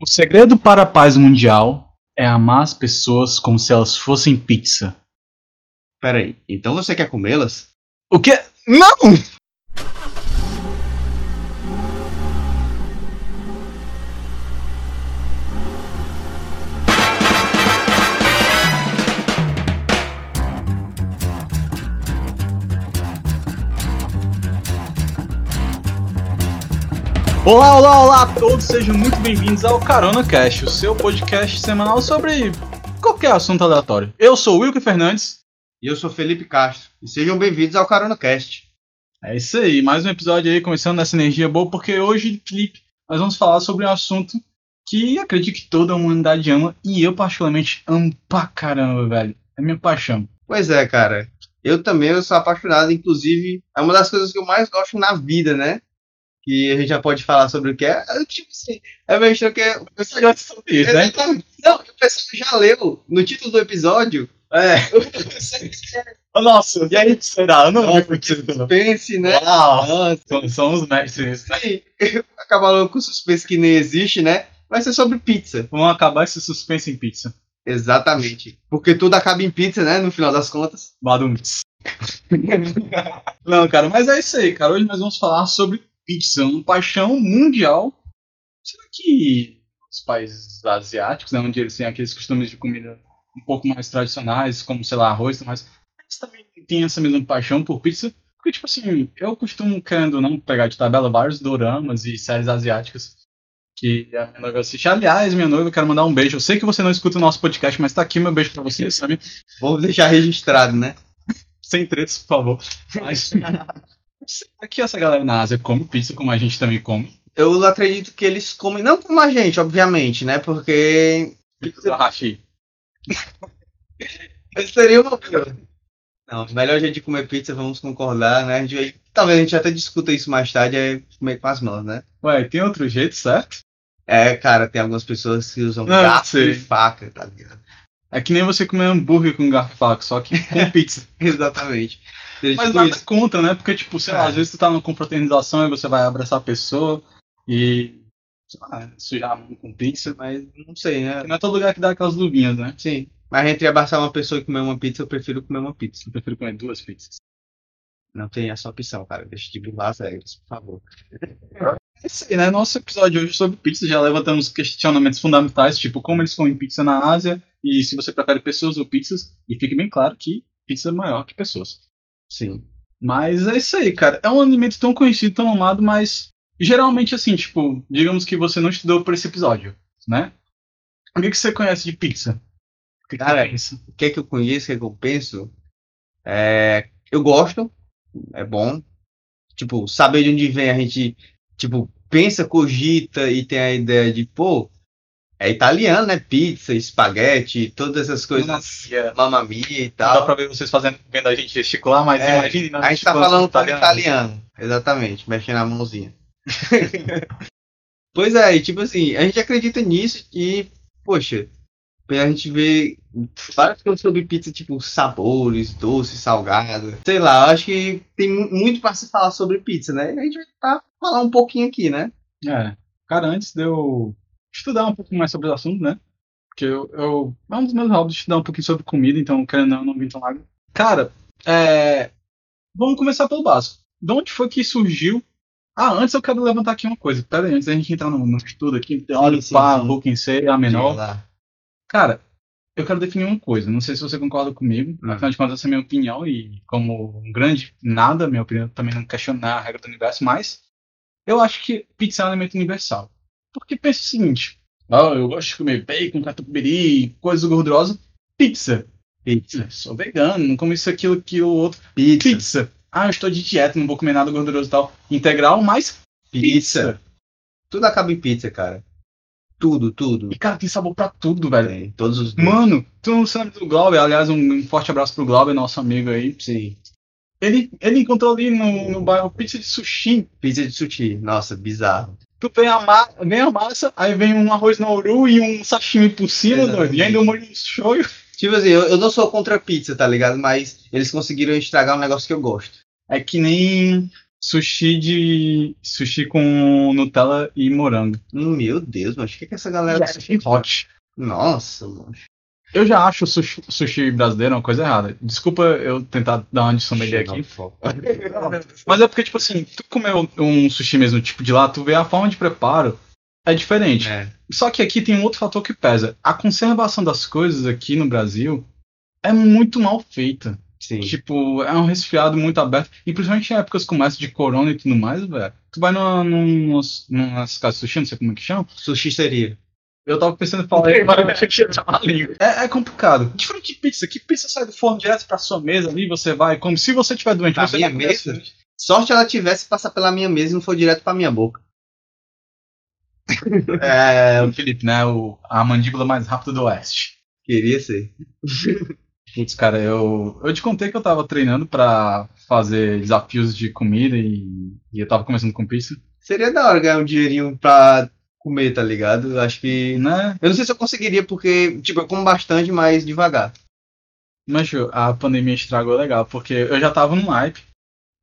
O segredo para a paz mundial é amar as pessoas como se elas fossem pizza. Peraí, então você quer comê-las? O quê? Não! Olá, olá, olá a todos, sejam muito bem-vindos ao Carona Cash, o seu podcast semanal sobre qualquer assunto aleatório. Eu sou o Wilke Fernandes. E eu sou Felipe Castro, e sejam bem-vindos ao CaronaCast. É isso aí, mais um episódio aí começando nessa energia boa, porque hoje, Felipe, nós vamos falar sobre um assunto que acredito que toda a humanidade ama, e eu particularmente amo pra caramba, velho. É minha paixão. Pois é, cara, eu também eu sou apaixonado, inclusive, é uma das coisas que eu mais gosto na vida, né? que a gente já pode falar sobre o que é. Eu, tipo assim, é meio estranho que o pessoal já sobre isso, né? Não, o pessoal já leu no título do episódio. É. Nossa, e aí, será? Eu não Nossa, lembro disso, não. pense, né? Uau, são- são os mestres. né? Sim, acaba logo com suspense que nem existe, né? Vai ser sobre pizza. Vamos acabar esse suspense em pizza. Exatamente. Porque tudo acaba em pizza, né? No final das contas. Badumts. Não, cara, mas é isso aí, cara. Hoje nós vamos falar sobre pizza, uma paixão mundial. Será que os países asiáticos, né, onde eles têm aqueles costumes de comida um pouco mais tradicionais, como, sei lá, arroz, mas eles também têm essa mesma paixão por pizza? Porque, tipo assim, eu costumo, querendo ou não, pegar de tabela vários doramas e séries asiáticas que a minha noiva assiste. Aliás, minha noiva, eu quero mandar um beijo. Eu sei que você não escuta o nosso podcast, mas tá aqui meu beijo pra você, sabe? Vamos deixar registrado, né? Sem tretas, por favor. Mas. Será que essa galera na Ásia come pizza como a gente também come? Eu acredito que eles comem, não como a gente, obviamente, né? Porque Pizza hashi. seria uma boa. Não, o melhor jeito de comer pizza, vamos concordar, né? A gente- talvez a gente até discuta isso mais tarde, é comer com as mãos, né? Ué, tem outro jeito, certo? É, cara, tem algumas pessoas que usam Não, garfo sei. e faca, tá ligado? É que nem você comer hambúrguer com garfo e faca, só que com pizza. Exatamente. Seria Mas tipo nada isso. contra, né? Porque, tipo, sei lá, às vezes tu tá numa confraternização e você vai abraçar a pessoa e. sei lá, sujar a mão com pizza. Mas não sei, né? Porque Não é todo lugar que dá aquelas luvinhas, né? Sim. Mas entre abraçar uma pessoa e comer uma pizza, eu prefiro comer uma pizza. Eu prefiro comer duas pizzas. Não tem essa opção, cara. Deixa de burlar as regras, por favor. É isso aí, né? Nosso episódio hoje sobre pizza já levantamos questionamentos fundamentais, tipo como eles comem pizza na Ásia e se você prefere pessoas ou pizzas. E fique bem claro que pizza é maior que pessoas. Sim. Mas é isso aí, cara. É um alimento tão conhecido, tão amado, mas geralmente assim, tipo, digamos que você não estudou por esse episódio, né? O que, que você conhece de pizza? O que, que Cara, você pensa? O que é que eu conheço, o que é que eu penso? É, Eu gosto, é bom. Tipo, saber de onde vem, a gente, tipo, pensa, cogita e tem a ideia de, pô, é italiano, né? Pizza, espaguete, todas essas coisas. Não Mamma mia e dá tal. pra ver vocês fazendo, vendo a gente gesticular, mas É, imagine. tipo, nós A gente tá gesticulando falando com como italiano. Exatamente, mexendo a mãozinha. pois é, e tipo assim, a gente acredita nisso e, poxa, a gente vê várias coisas sobre pizza, tipo sabores, doce, salgado. Sei lá, eu acho que tem mu- muito pra se falar sobre pizza, né? E a gente vai tentar falar um pouquinho aqui, né? É, cara, antes de eu estudar um pouco mais sobre o assunto, né? Porque eu, eu- é um dos meus hobbies estudar um pouquinho sobre comida, então, querendo ou não, eu não vim tão largo. Cara, é, vamos começar pelo básico. De onde foi que surgiu? Ah, antes eu quero levantar aqui uma coisa. Pera aí, antes da gente entrar no, no estudo aqui, um olha sim, pá, sim. quem sei, a menor. Diga lá. Cara, eu quero definir uma coisa. Não sei se você concorda comigo, Hum. afinal de contas, essa é a minha opinião, e como um grande nada, minha opinião também não questionar a regra do universo, mas eu acho que pizza é um alimento universal. Porque pensa o seguinte: ah, eu gosto de comer bacon, catupiry, coisa gordurosa. Pizza. Pizza. Sou vegano, não como isso, aquilo, aquilo, outro. Pizza. Pizza. Ah, eu estou de dieta, não vou comer nada gorduroso e tal. Integral, mas Pizza. Tudo acaba em pizza, cara. Tudo, tudo. E cara, tem sabor pra tudo, velho. Tem, todos os Mano, tu não sabe do Glauber, aliás, um um forte abraço pro Glauber, nosso amigo aí. Sim. Ele, ele encontrou ali no, no bairro pizza de sushi. Pizza de sushi. Nossa, bizarro. Tu vem a, ma vem a massa, aí vem um arroz nauru e um sashimi por cima, Exatamente. doido. E ainda um molho de shoyu. Tipo assim, eu, eu não sou contra pizza, tá ligado? Mas eles conseguiram estragar um negócio que eu gosto. É que nem Sushi de. Sushi com Nutella e morango. Meu Deus, mano. O que, que essa galera do sushi hot? Hot. Nossa, mano. Eu já acho o sushi, sushi brasileiro uma coisa errada. Desculpa eu tentar dar uma de sommelier aqui. é Xenofóbico. Mas é porque, tipo assim, tu comeu um sushi mesmo, tipo de lá, tu vê a forma de preparo é diferente. É. Só que aqui tem um outro fator que pesa. A conservação das coisas aqui no Brasil é muito mal feita. Sim. Tipo, é um resfriado muito aberto. E principalmente em épocas como essa de corona e tudo mais, velho. Tu vai numa, numa, numas casas de sushi, não sei como é que chama. Sushi seria. Eu tava pensando em falar. É, é complicado. Diferente de pizza, que pizza sai do forno direto pra sua mesa ali, você vai, como se você tiver doente, Pra você minha vai comer mesa? assim. Sorte ela tivesse passar pela minha mesa e não for direto pra minha boca. é, É o Felipe, né? O, a mandíbula mais rápida do oeste. queria ser. Putz, cara, eu, eu te contei que eu tava treinando pra fazer desafios de comida e, e eu tava começando com pizza. Seria da hora ganhar um dinheirinho pra comer, tá ligado? Eu Acho que. E, né? Eu não sei se eu conseguiria, porque, tipo, eu como bastante, mas devagar. Mas tio, a pandemia estragou legal, porque eu já tava no hype.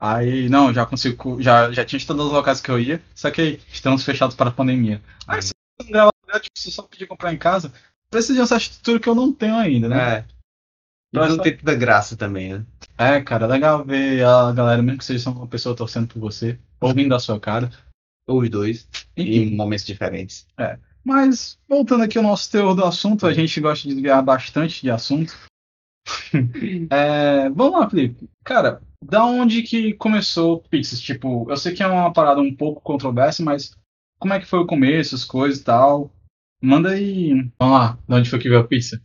Aí, não, já consigo. co- Já, já tinha de todos os locais que eu ia, só que aí, estamos fechados para a pandemia. Aí, Hum. se eu não gravar, né, tipo, se eu só pedir comprar em casa, precisa de uma certa estrutura que eu não tenho ainda, né? É. E não tem tanta graça também, né? É, cara, é legal ver a galera, mesmo que seja só uma pessoa torcendo por você, ouvindo a sua cara. Os dois, Enfim. em momentos diferentes. Mas, voltando aqui ao nosso teor do assunto, a gente gosta de desviar bastante de assunto. É, vamos lá, Felipe. Cara, da onde que começou o Pixies? Tipo, eu sei que é uma parada um pouco controversa, mas como é que foi o começo, as coisas e tal? Manda aí. Vamos lá, de onde foi que veio a pizza?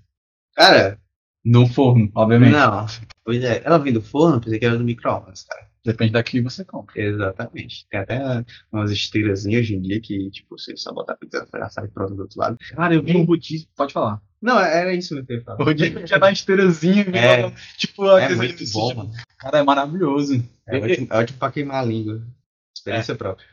Cara, No forno, obviamente. não. Pois é, ela vem do forno, pensei que era do micro-ondas, cara. Depende da que você compra. Exatamente. Tem até umas estrelazinhas hoje em dia que, tipo, você só botar a pizza na frente, sai pronto do outro lado. Cara, eu vi um rodízio. Pode falar. Não, era isso mesmo que eu ia falar. O rodízio tinha na esteirazinha, É. tá tipo, a É coisa muito desse bom, tipo. mano. Cara, é maravilhoso. É ótimo, é ótimo pra queimar a língua. Experiência própria.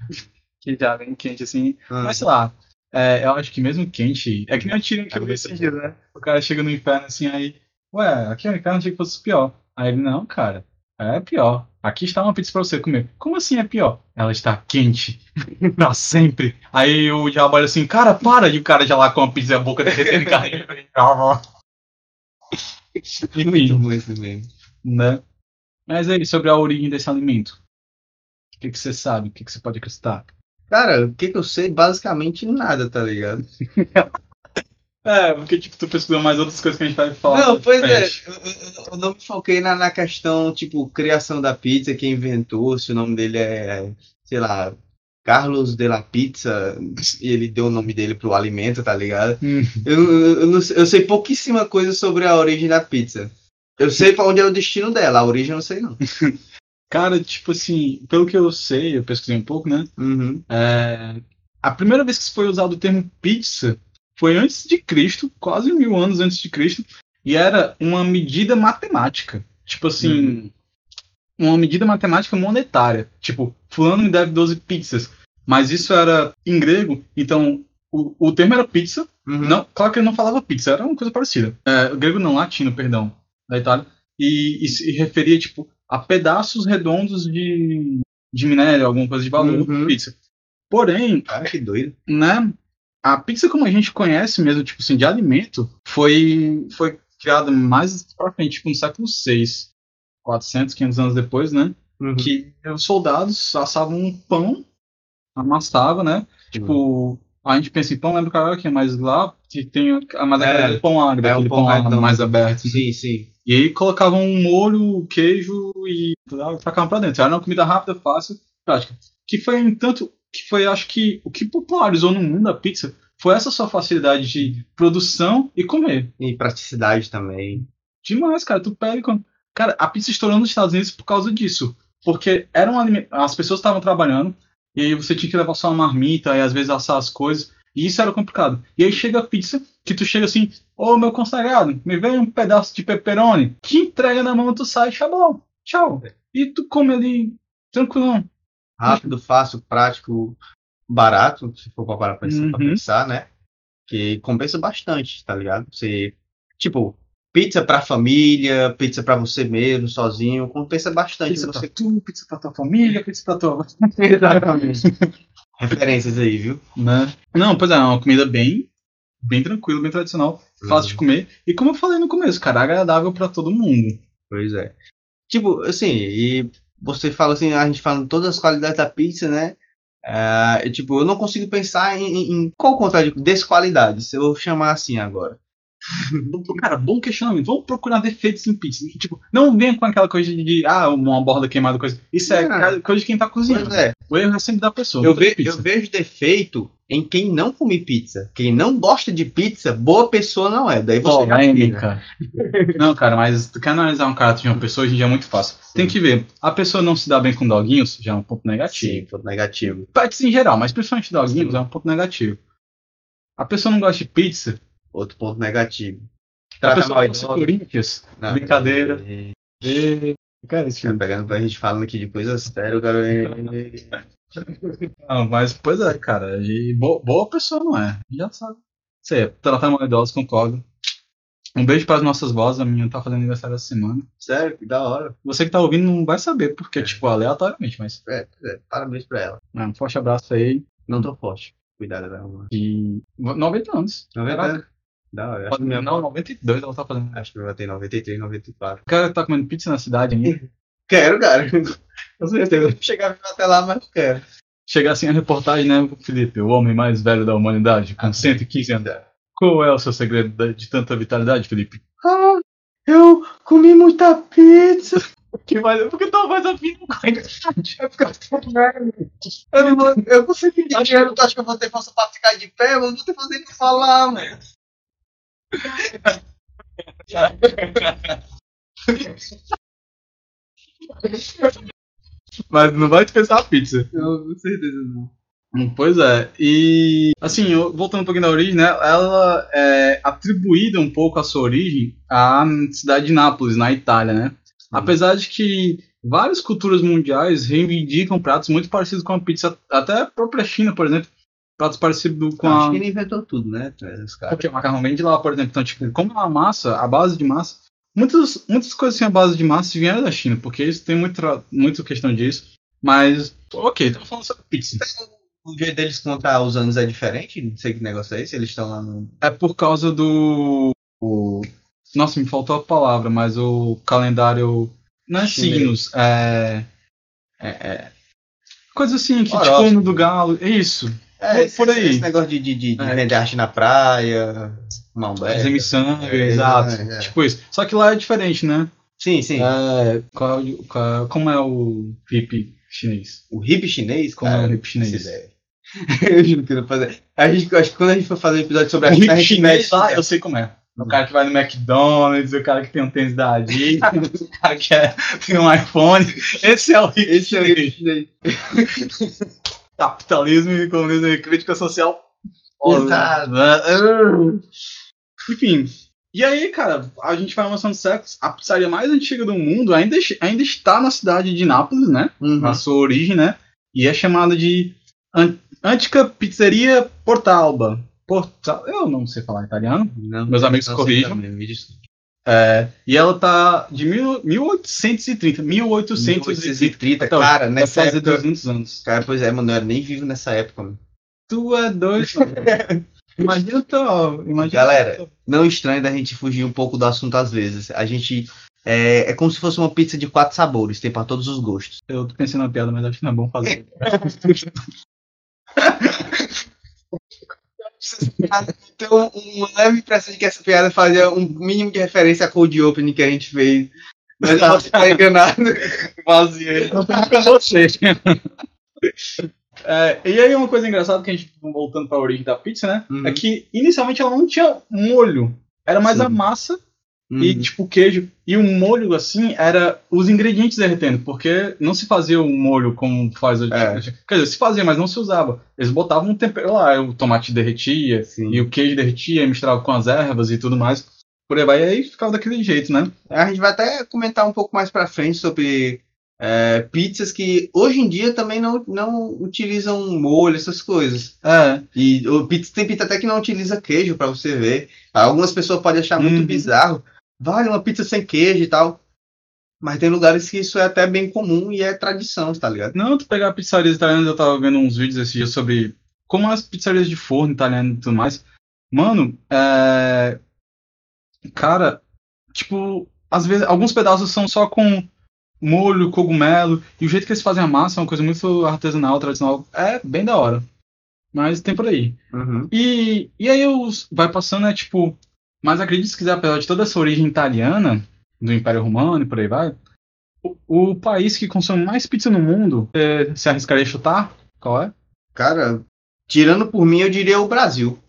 Que já vem quente assim. Ah, Mas sei lá, é, eu acho que mesmo quente. É que nem eu tiro que eu vi muito esses bom. dias, né? O cara chega no inferno assim, aí. Ué, aqui no inferno achei que fosse pior. Aí ele, não, cara, é pior. Aqui está uma pizza pra você comer. Como assim é pior? Ela está quente. pra sempre. Aí o diabo olha assim, cara, para! E o cara já lá com a pizza e a boca derretendo carne. Muito Enfim, bom esse mesmo. né? Mas aí, sobre a origem desse alimento. O que, que você sabe? O que, que você pode acrescentar? Cara, o que que eu sei? Basicamente nada, tá ligado? É, porque tipo, tu pesquisou mais outras coisas que a gente vai falar. Não, pois é. Peixe. Eu, eu- eu não me foquei na, na questão, tipo, criação da pizza, quem inventou, se o nome dele é, sei lá, Carlos de la Pizza, e ele deu o nome dele pro alimento, tá ligado? Hum. Eu, eu, eu não sei- eu sei pouquíssima coisa sobre a origem da pizza. Eu sei pra onde é o destino dela, a origem eu não sei não. Cara, tipo assim, pelo que eu sei, eu pesquisei um pouco, né? Uhum. É, A primeira vez que foi usado o termo pizza foi antes de Cristo, quase mil anos antes de Cristo, e era uma medida matemática. Tipo assim, Uhum. uma medida matemática monetária. Tipo, fulano me deve 12 pizzas. Mas isso era em grego, então o, o termo era pizza, Uhum. Não, claro que ele não falava pizza, era uma coisa parecida. É, o grego não, latino, perdão, da Itália. E, e se referia, tipo, a pedaços redondos de, de minério, alguma coisa de valor, Uhum. pizza. Porém, Cara, Ah, que doido. né, a pizza como a gente conhece mesmo, tipo assim, de alimento, foi, foi criada mais pra frente, tipo, no século VI. 400, 500 anos depois, né? Que- Que os soldados assavam um pão, amassavam, né? tipo, Tipo, a gente pensa em pão, lembra carioca, mas lá que tem a- mais É. aquele pão árabe, É, o aquele pão pão, árabe redondão. mais aberto. sim, sim. E aí colocavam um molho, queijo e tacavam pra dentro. Era uma comida rápida, fácil, prática. Que foi, entanto, que foi, acho que, o que popularizou no mundo a pizza foi essa sua facilidade de produção e comer. E praticidade também. Demais, cara. Tu pega e come. Cara, a pizza estourou nos Estados Unidos por causa disso. Porque era um alime- as pessoas estavam trabalhando, e aí você tinha que levar só uma marmita, e às vezes assar as coisas, e isso era complicado. E aí chega a pizza, que tu chega assim, ô meu consagrado, me vem um pedaço de pepperoni, que entrega na mão, tu sai, acabou, tchau. E tu come ali, tranquilão. Rápido, fácil, prático, barato, se for pra parar pra pra Uhum. pensar, né? Que compensa bastante, tá ligado? Você, tipo, Pizza pra família, pizza pra você mesmo, sozinho, compensa bastante Pizza você. pra tu, pizza pra tua família, pizza pra tua. Exatamente. Referências aí, viu? né? Não, pois é, é uma comida bem, bem tranquila, bem tradicional, fácil Uhum. de comer. E como eu falei no começo, cara, é agradável pra todo mundo. Pois é. Tipo, assim, e você fala assim, a gente fala todas as qualidades da pizza, né? Ah, e, tipo, eu não consigo pensar em, em- em qual contrário de desqualidade, se eu chamar assim agora. Cara, bom questionamento. Vamos procurar defeitos em pizza. E, Tipo, não venha com aquela coisa de, ah, uma borda queimada, coisa. Isso é Não. ca- coisa de quem tá cozinhando. Pois é, O erro é sempre da pessoa. eu, não faz ve- pizza. eu vejo defeito em quem não come pizza. Quem não gosta de pizza, boa pessoa não é. Daí você já tira. Polêmica. Não, cara, mas tu quer analisar um caráter de uma pessoa hoje em dia é muito fácil. Tem que ver, a pessoa não se dá bem com doguinhos, já é um ponto negativo. Sim, ponto negativo. Pets em geral, mas principalmente doguinhos Sim. é um ponto negativo. A pessoa não gosta de pizza, Outro ponto negativo. a Trata pessoa mal gosta de idoso. assim, Corinthians. Não, Brincadeira. é- Cara, esse Tá pegando pra gente falando aqui de coisa séria, o cara. é- Não, mas pois é, cara. E bo- boa pessoa não é. Já sabe. Você tratar mal idosos, concordo. Um beijo para as nossas vozes, a minha tá fazendo aniversário essa semana. Sério, que da hora. Você que tá ouvindo não vai saber, porque, É. tipo, aleatoriamente, mas. É, é, parabéns pra ela. né, um forte abraço aí. Não tô forte. Cuidado da mano. Tá de 90 anos. Caraca. Da hora. Acho Pode- que minha Não, avó- 92 ela tá fazendo. acho que minha avó tem 93, 94. O cara tá comendo pizza na cidade ainda. Quero, cara. Com certeza. Vou chegar até lá, mas quero. Chega assim a reportagem, né, Felipe? O homem mais velho da humanidade, com Ah, 115 anos. Qual é o seu segredo da- de tanta vitalidade, Felipe? Ah, eu comi muita pizza. Que mais? Porque tá mais afim com a idade. Vai ficar Eu não, vou- eu não sei que dinheiro. Tu acha que eu vou ter força pra ficar de pé? Eu não vou ter força nem pra falar, né? mano. Mas não vai dispensar a pizza. Eu, com certeza não. Hum, Pois é. E, assim, eu- voltando um pouquinho da origem, né? Ela é atribuída um pouco a sua origem à cidade de Nápoles, na Itália, né? Apesar de que várias culturas mundiais reivindicam pratos muito parecidos com a pizza, até a própria China, por exemplo, pratos parecidos com Acho a. que ele inventou tudo, né? Os caras. Tá. Porque o macarrão vem de lá, por exemplo. Então, tipo, como a massa, a base de massa. Muitas, muitas coisas assim, a base de massa vieram da China, porque eles têm muito, tra- muito questão disso. Mas, ok, estamos falando sobre pizza. O jeito deles contar os anos é diferente? Não sei que negócio é esse. Eles estão lá no. É por causa do. o- Nossa, me faltou a palavra, mas o calendário. Não é Chinês. signos, é. é, é... Coisa assim, que Horóscopo. tipo ano do galo. é Isso. Por- É, esse, por aí. esse negócio de, de, de, de É. vender arte na praia, um uma É, alberga. Remissão, é, exato. é, é. Tipo isso. Só que lá é diferente, né? Sim, sim. É, qual, é o- qual é- como é o hip chinês? O hip chinês, Como é cara. o hip essa chinês? ideia. eu juro que eu não fazer. A gente, acho que quando a gente for fazer um episódio sobre a China, a gente mexe- lá, eu sei como é. O cara que vai no McDonald's, o cara que tem um tênis da Adidas, o cara que é- tem um iPhone. Esse é o hip Esse é o chinês. hip chinês. capitalismo e comunismo e crítica social. Exato. Ah, Enfim. E aí, cara, a gente vai avançando séculos. A pizzaria mais antiga do mundo ainda, ainda está na cidade de Nápoles, né? Uhum. Na sua origem, né? E é chamada de An- Antica Pizzeria Portalba. Portal... Eu não sei falar italiano. Não, Meus amigos não sei corrijam. também, me desculpa. E ela tá de mil, 1830. 1830. 1830, Então, cara, nessa Vai fazer época. 200 anos. Cara, pois é, mano, eu era nem vivo nessa época, mano. Tu é doido. mano. imagina o teu. Imagina Galera, não estranho da gente fugir um pouco do assunto às vezes. A gente. É, é como se fosse uma pizza de quatro sabores, tem pra todos os gostos. Eu tô pensando na piada, mas acho que não é bom fazer. Então, uma leve impressão de que essa piada fazia um mínimo de referência à cold opening que a gente fez. Mas eu posso estar enganado. Vazia. Eu tô com você. É, e aí uma coisa engraçada que a gente voltando pra origem da pizza, né? Uhum. É que inicialmente ela não tinha molho. Era mais Sim. a massa e Hum, tipo o queijo. E o molho, assim, era os ingredientes derretendo. Porque não se fazia o molho como faz hoje. É. Quer dizer, se fazia, mas não se usava. Eles botavam um tempero lá, o tomate derretia, sim. E o queijo derretia, misturava com as ervas e tudo mais. Por aí vai, e aí ficava daquele jeito, né? A gente vai até comentar um pouco mais pra frente sobre é, pizzas que hoje em dia também não, não utilizam molho, essas coisas. É. E o pizza, tem pizza até que não utiliza queijo, pra você ver. Algumas pessoas podem achar muito Uhum. bizarro. vale uma pizza sem queijo e tal. Mas tem lugares que isso é até bem comum e é tradição, tá ligado? Não, tu pegar pizzarias italianas, eu tava vendo uns vídeos esses dias sobre como as pizzarias de forno italiano e tudo mais. Mano, é... Cara, tipo, às vezes, alguns pedaços são só com molho, cogumelo, e o jeito que eles fazem a massa é uma coisa muito artesanal, tradicional. É bem da hora. Mas tem por aí. Uhum. E, e aí os, vai passando, é tipo. Mas acredito se quiser, apesar de toda essa origem italiana, do Império Romano e por aí vai, o, o país que consome mais pizza no mundo, é, se arriscaria a chutar? Qual é? Cara, tirando por mim, eu diria o Brasil.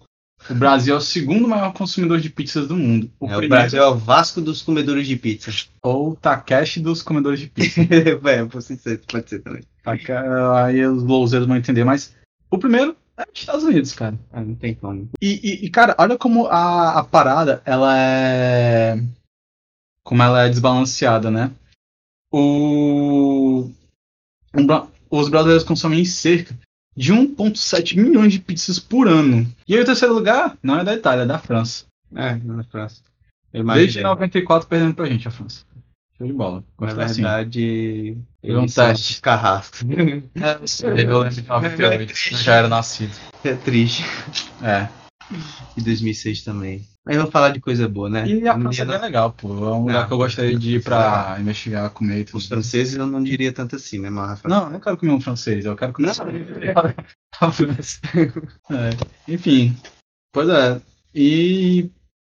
O Brasil é o segundo maior consumidor de pizzas do mundo. O, É, O, primeiro Brasil é o Vasco dos comedores de pizza. ou o Takeshi dos comedores de pizza. é, pode ser, pode ser também. Taca- aí os louzeiros vão entender, mas o primeiro é os Estados Unidos, cara. Ah, não tem como. E, e- e, cara, olha como a, a parada, ela é. Como ela é desbalanceada, né? O. o bra- Os brasileiros consomem cerca de 1,7 milhões de pizzas por ano. E aí, o terceiro lugar não é da Itália, é da França. É, na França. Eu Desde imaginei. 94 perdendo pra gente a França. Show de bola. Na Gostei assim. verdade, Foi um eles são teste. carrascos. É, eu sei, eu lembro de 98, eu já era nascido. É triste. É. E 2006 também. Mas vamos falar de coisa boa, né? E a Não França é ia- bem legal, pô. É um lugar Não, que eu gostaria de ir França é pra investigar, comer e tudo. Os franceses eu não diria tanto assim, né, Rafa? Não, eu não quero comer um francês, eu quero comer Não. só- É, Enfim, pois é. E,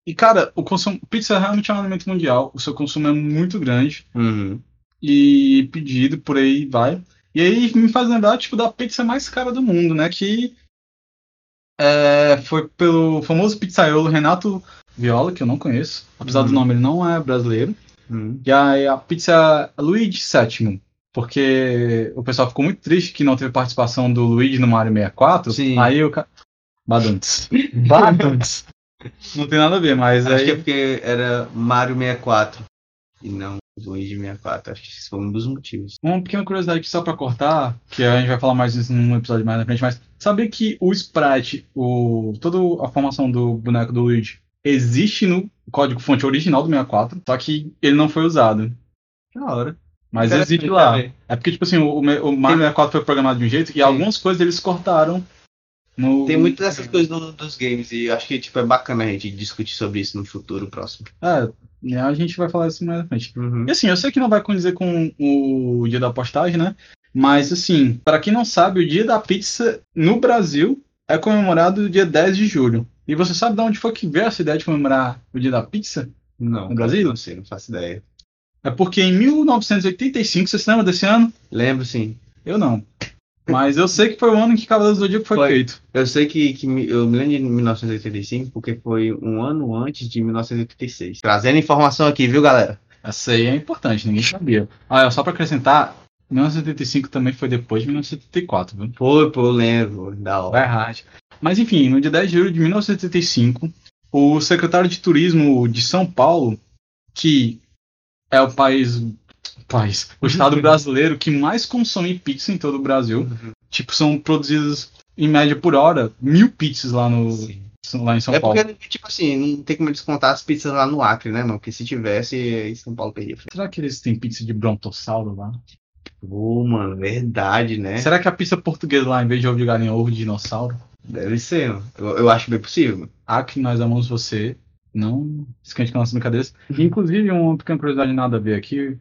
e cara, o consumo pizza realmente é um alimento mundial. O seu consumo é muito grande Uhum. e pedido por aí vai. E aí me faz lembrar tipo da pizza mais cara do mundo, né? Que é, foi pelo famoso pizzaiolo Renato Viola, que eu não conheço. Apesar do Uhum. nome, ele não é brasileiro. Uhum. E aí a pizza Luigi VII, porque o pessoal ficou muito triste que não teve participação do Luigi no Mario 64. Sim. Aí o cara. Badantes. Badantes. não tem nada a ver, mas Acho que é aí. porque era Mario 64 e não Luigi 64. Acho que isso foi um dos motivos. Uma pequena curiosidade aqui só pra cortar, que a gente vai falar mais disso num episódio mais na frente, mas sabia que o Sprite, o, toda a formação do boneco do Luigi, existe no código fonte original do 64, só que ele não foi usado. Da hora. Mas Interessante existe lá. saber. É porque, tipo assim, o, o me- o Mario 64 foi programado de um jeito e algumas coisas eles cortaram no. Tem muitas dessas coisas no mundo dos games e eu acho que tipo, é bacana a gente discutir sobre isso no futuro próximo. É, a gente vai falar isso mais na frente. E assim, eu sei que não vai condizer com o dia da postagem, né? Mas assim, para quem não sabe, o dia da pizza no Brasil é comemorado dia 10 de julho. E você sabe de onde foi que veio essa ideia de comemorar o dia da pizza? Não. No Brasil? Não sei, não faço ideia. É porque em 1985, você se lembra desse ano? Lembro sim. Eu não. Mas eu sei que foi o ano em que Cavaleiros do Zodíaco foi, Foi. feito. Eu sei que, que me- eu me lembro de 1985 porque foi um ano antes de 1986. Trazendo informação aqui, viu, galera? Essa aí é importante, ninguém sabia. Ah, é, só pra acrescentar, 1985 também foi depois de 1974, viu? Pô, pô, eu lembro. Da hora. Vai errar. Mas enfim, no dia 10 de julho de 1975, o secretário de turismo de São Paulo, que é o país, país, o estado brasileiro que mais consome pizza em todo o Brasil, Uhum. tipo são produzidas em média por hora mil pizzas lá no Sim. lá em São é Paulo. porque, tipo assim, não tem como descontar as pizzas lá no Acre, né, mano? Porque se tivesse, aí São Paulo perdia. Será que eles têm pizza de brontossauro lá? Pô, mano, verdade, né? Será que a pizza portuguesa lá, em vez de ovo de galinha, é ovo de dinossauro? Deve ser, mano. Eu, eu acho bem possível. mano. a que nós amamos você. Não esquente com nossas brincadeiras. Inclusive, um é uma pequena curiosidade nada a ver aqui.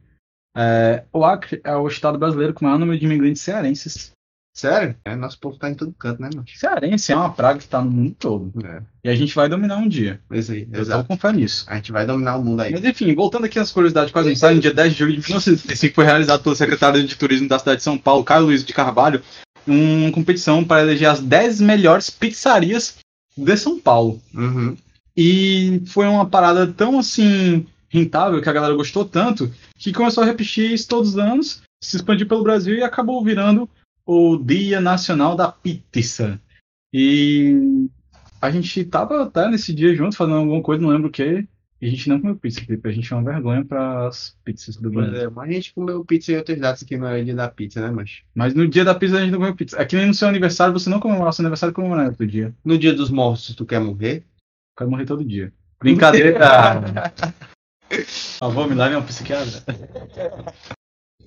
é, o Acre é o estado brasileiro com o maior número de imigrantes cearenses. Sério? É, nosso povo tá em todo canto, né, mano? Cearense é uma praga que está no mundo todo. É, E a gente vai dominar um dia. isso aí, Eu exato. É. tô com fé nisso. A gente vai dominar o mundo aí. Mas enfim, voltando aqui às curiosidades, quase mensagem, no dia 10 de julho de 1935 foi realizado pelo secretário de Turismo da cidade de São Paulo, Caio Luiz de Carvalho, uma competição para eleger as 10 melhores pizzarias de São Paulo. Uhum. E foi uma parada tão assim rentável que a galera gostou tanto que começou a repetir isso todos os anos, se expandiu pelo Brasil e acabou virando o Dia Nacional da Pizza. E a gente tava até nesse dia junto fazendo alguma coisa, não lembro o que. E a gente não comeu pizza, Felipe. A gente é uma vergonha para as pizzas do Mas, Brasil. é, mas a gente comeu pizza em outras datas que não é dia da pizza, né, mancho? Mas no dia da pizza a gente não comeu pizza. É que nem no seu aniversário, você não comemora seu aniversário, comemora outro dia. Eu No dia dos mortos, tu quer morrer? quero morrer todo dia. Brincadeira! Ah, vou me lá, meu psiquiatra.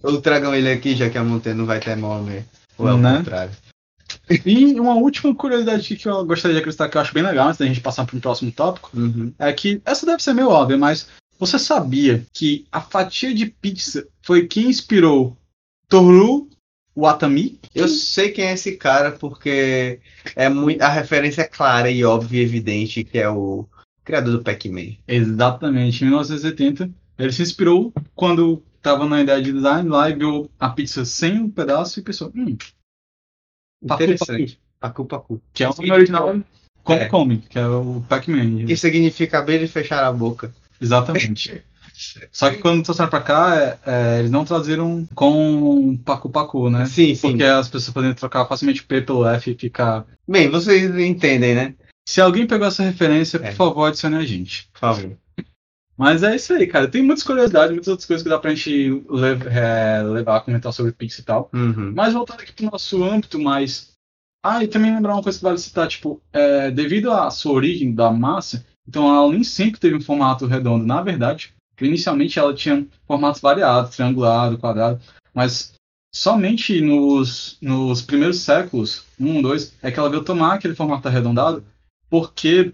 Ou tragam ele aqui, já que a montanha não vai ter mole. Ou é o Né? contrário. E uma última curiosidade aqui que eu gostaria de acrescentar, que eu acho bem legal, antes da gente passar para o próximo tópico, Uhum. é que essa deve ser meio óbvia, mas você sabia que a fatia de pizza foi quem inspirou Toru Watami? Eu sei quem é esse cara porque é muito, a referência é clara e óbvia e evidente que é o criador do Pac-Man. Exatamente, em 1970. Ele se inspirou quando estava na idade de design lá e viu a pizza sem um pedaço e pensou, hum, tá pacu, Interessante. pacu, Pacu Pacu. que é o nome original Come É. Come, que é o Pac-Man. Que significa abrir e fechar a boca. Exatamente. Só que quando trouxeram pra cá, é, é, eles não traduziram com Pacu Pacu, né? Sim, sim. Porque as pessoas podem trocar facilmente P pelo F e ficar. Bem, vocês entendem, né? Se alguém pegou essa referência, É. por favor, adicione a gente. Por favor. Mas é isso aí, cara. Tem muitas curiosidades, muitas outras coisas que dá pra gente lev- é, levar, comentar sobre Pix e tal. Uhum. Mas voltando aqui pro nosso âmbito mais. Ah, e também lembrar uma coisa que vale citar, tipo, é, devido à sua origem da massa, então ela nem sempre teve um formato redondo. Na verdade, inicialmente ela tinha formatos variados, triangulado, quadrado, mas somente nos, nos primeiros séculos, um, dois, é que ela veio tomar aquele formato arredondado, porque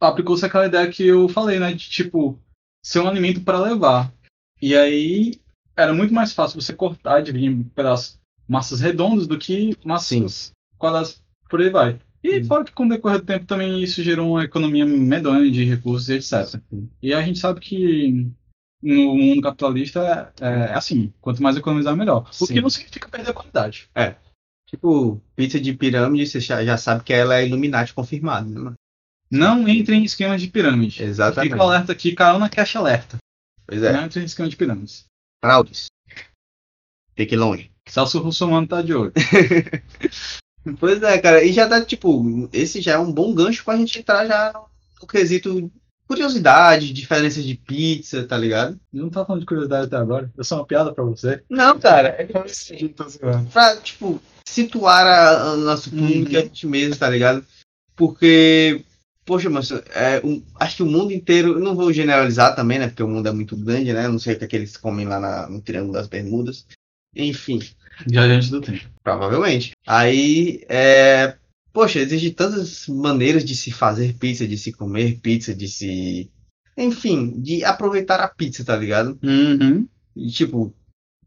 aplicou-se aquela ideia que eu falei, né, de tipo, ser um alimento para levar. E aí, era muito mais fácil você cortar e dividir em pedaços massas redondas do que massas quadradas por aí vai. E Hum. fora que com o decorrer do tempo também isso gerou uma economia medonha de recursos e etc. E a gente sabe que no mundo capitalista é, é assim, quanto mais economizar melhor. O Sim. que não significa perder a qualidade. Tipo, pizza de pirâmide, você já já sabe que ela é Illuminati confirmada. Né? Não entre em esquemas de pirâmide. Exatamente. Fica o alerta aqui, carona cash alerta. Pois é. Não entre em esquema de pirâmides. Fraudes. Fique longe. Celso Russomano tá de olho. Pois é, cara. E já dá, tipo, esse já é um bom gancho pra gente entrar já no, no quesito curiosidade, diferenças de pizza, tá ligado? Eu não tava falando de curiosidade até agora. Eu sou uma piada pra você. Não, cara. É Tô zoando. pra, tipo, situar a, a nosso público e a gente mesmo, tá ligado? Porque, poxa, mas é, um- acho que o mundo inteiro, eu não vou generalizar também, né? Porque o mundo é muito grande, né? Eu não sei o que, é que eles comem lá na- no Triângulo das Bermudas. Enfim, Viajante do tempo. provavelmente. Aí, é, poxa, existem tantas maneiras de se fazer pizza, de se comer pizza, de se. Enfim, de aproveitar a pizza, tá ligado? Uhum. E, tipo,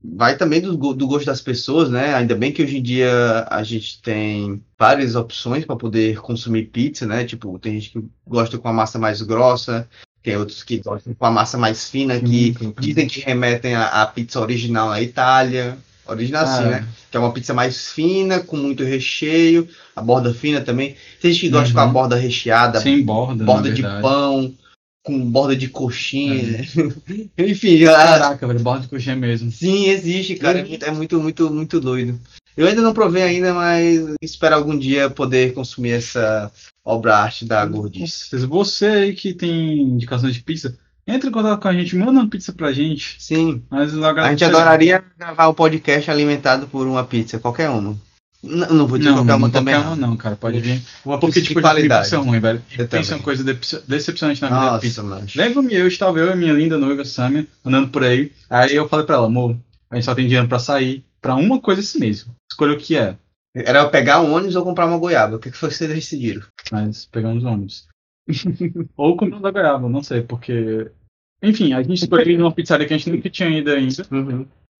vai também do, go- do gosto das pessoas, né? Ainda bem que hoje em dia a gente tem várias opções para poder consumir pizza, né? Tipo, tem gente que gosta com a massa mais grossa, tem outros que gostam com a massa mais fina, que Uhum. dizem que remetem à, à pizza original na Itália. Original assim, Ah, né? Que é uma pizza mais fina, com muito recheio, a borda fina também. Tem gente que gosta com a Uhum. borda recheada, Sem borda, borda na de verdade. pão, com borda de coxinha. Uhum. Enfim, a, Caraca, velho, borda de coxinha mesmo. Sim, existe, cara. É Uhum. muito, é muito, muito, muito doido. Eu ainda não provei ainda, mas espero algum dia poder consumir essa obra-arte da Com Gordice. certeza. Você aí que tem indicações de pizza, entre em contato com a gente, manda uma pizza pra gente. Sim, Mas eu a gente adoraria gravar o podcast alimentado por uma pizza, qualquer uma. N- não vou dizer Não, qualquer não, uma qualquer também. uma não, cara, pode vir. Uma Porque pizza tipo, de de qualidade. pizza é ruim, velho. Eu Pizza é também. uma coisa depce- decepcionante na minha pizza. Nossa, mano. Lembro-me eu, estava eu e minha linda noiva, Samia, andando por aí. Aí eu falei pra ela, amor, a gente só tem dinheiro pra sair pra uma coisa esse mês. Escolha o que é, Era eu pegar um ônibus ou comprar uma goiaba. O que, que foi que vocês decidiram? mas pegamos ônibus. Ou compramos da goiaba, não sei, porque... Enfim, a gente escolheu ir numa pizzaria que a gente nunca tinha ido ainda.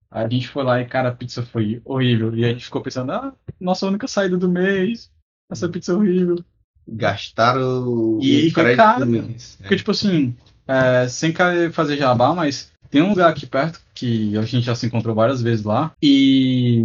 A gente foi lá e, cara, a pizza foi horrível. E a gente ficou pensando, ah, nossa única saída do mês, é Hum. essa pizza horrível. É. Gastaram E o foi crédito caro. do mês. Porque, tipo assim, é, sem querer fazer jabá, mas tem um lugar aqui perto que a gente já se encontrou várias vezes lá. E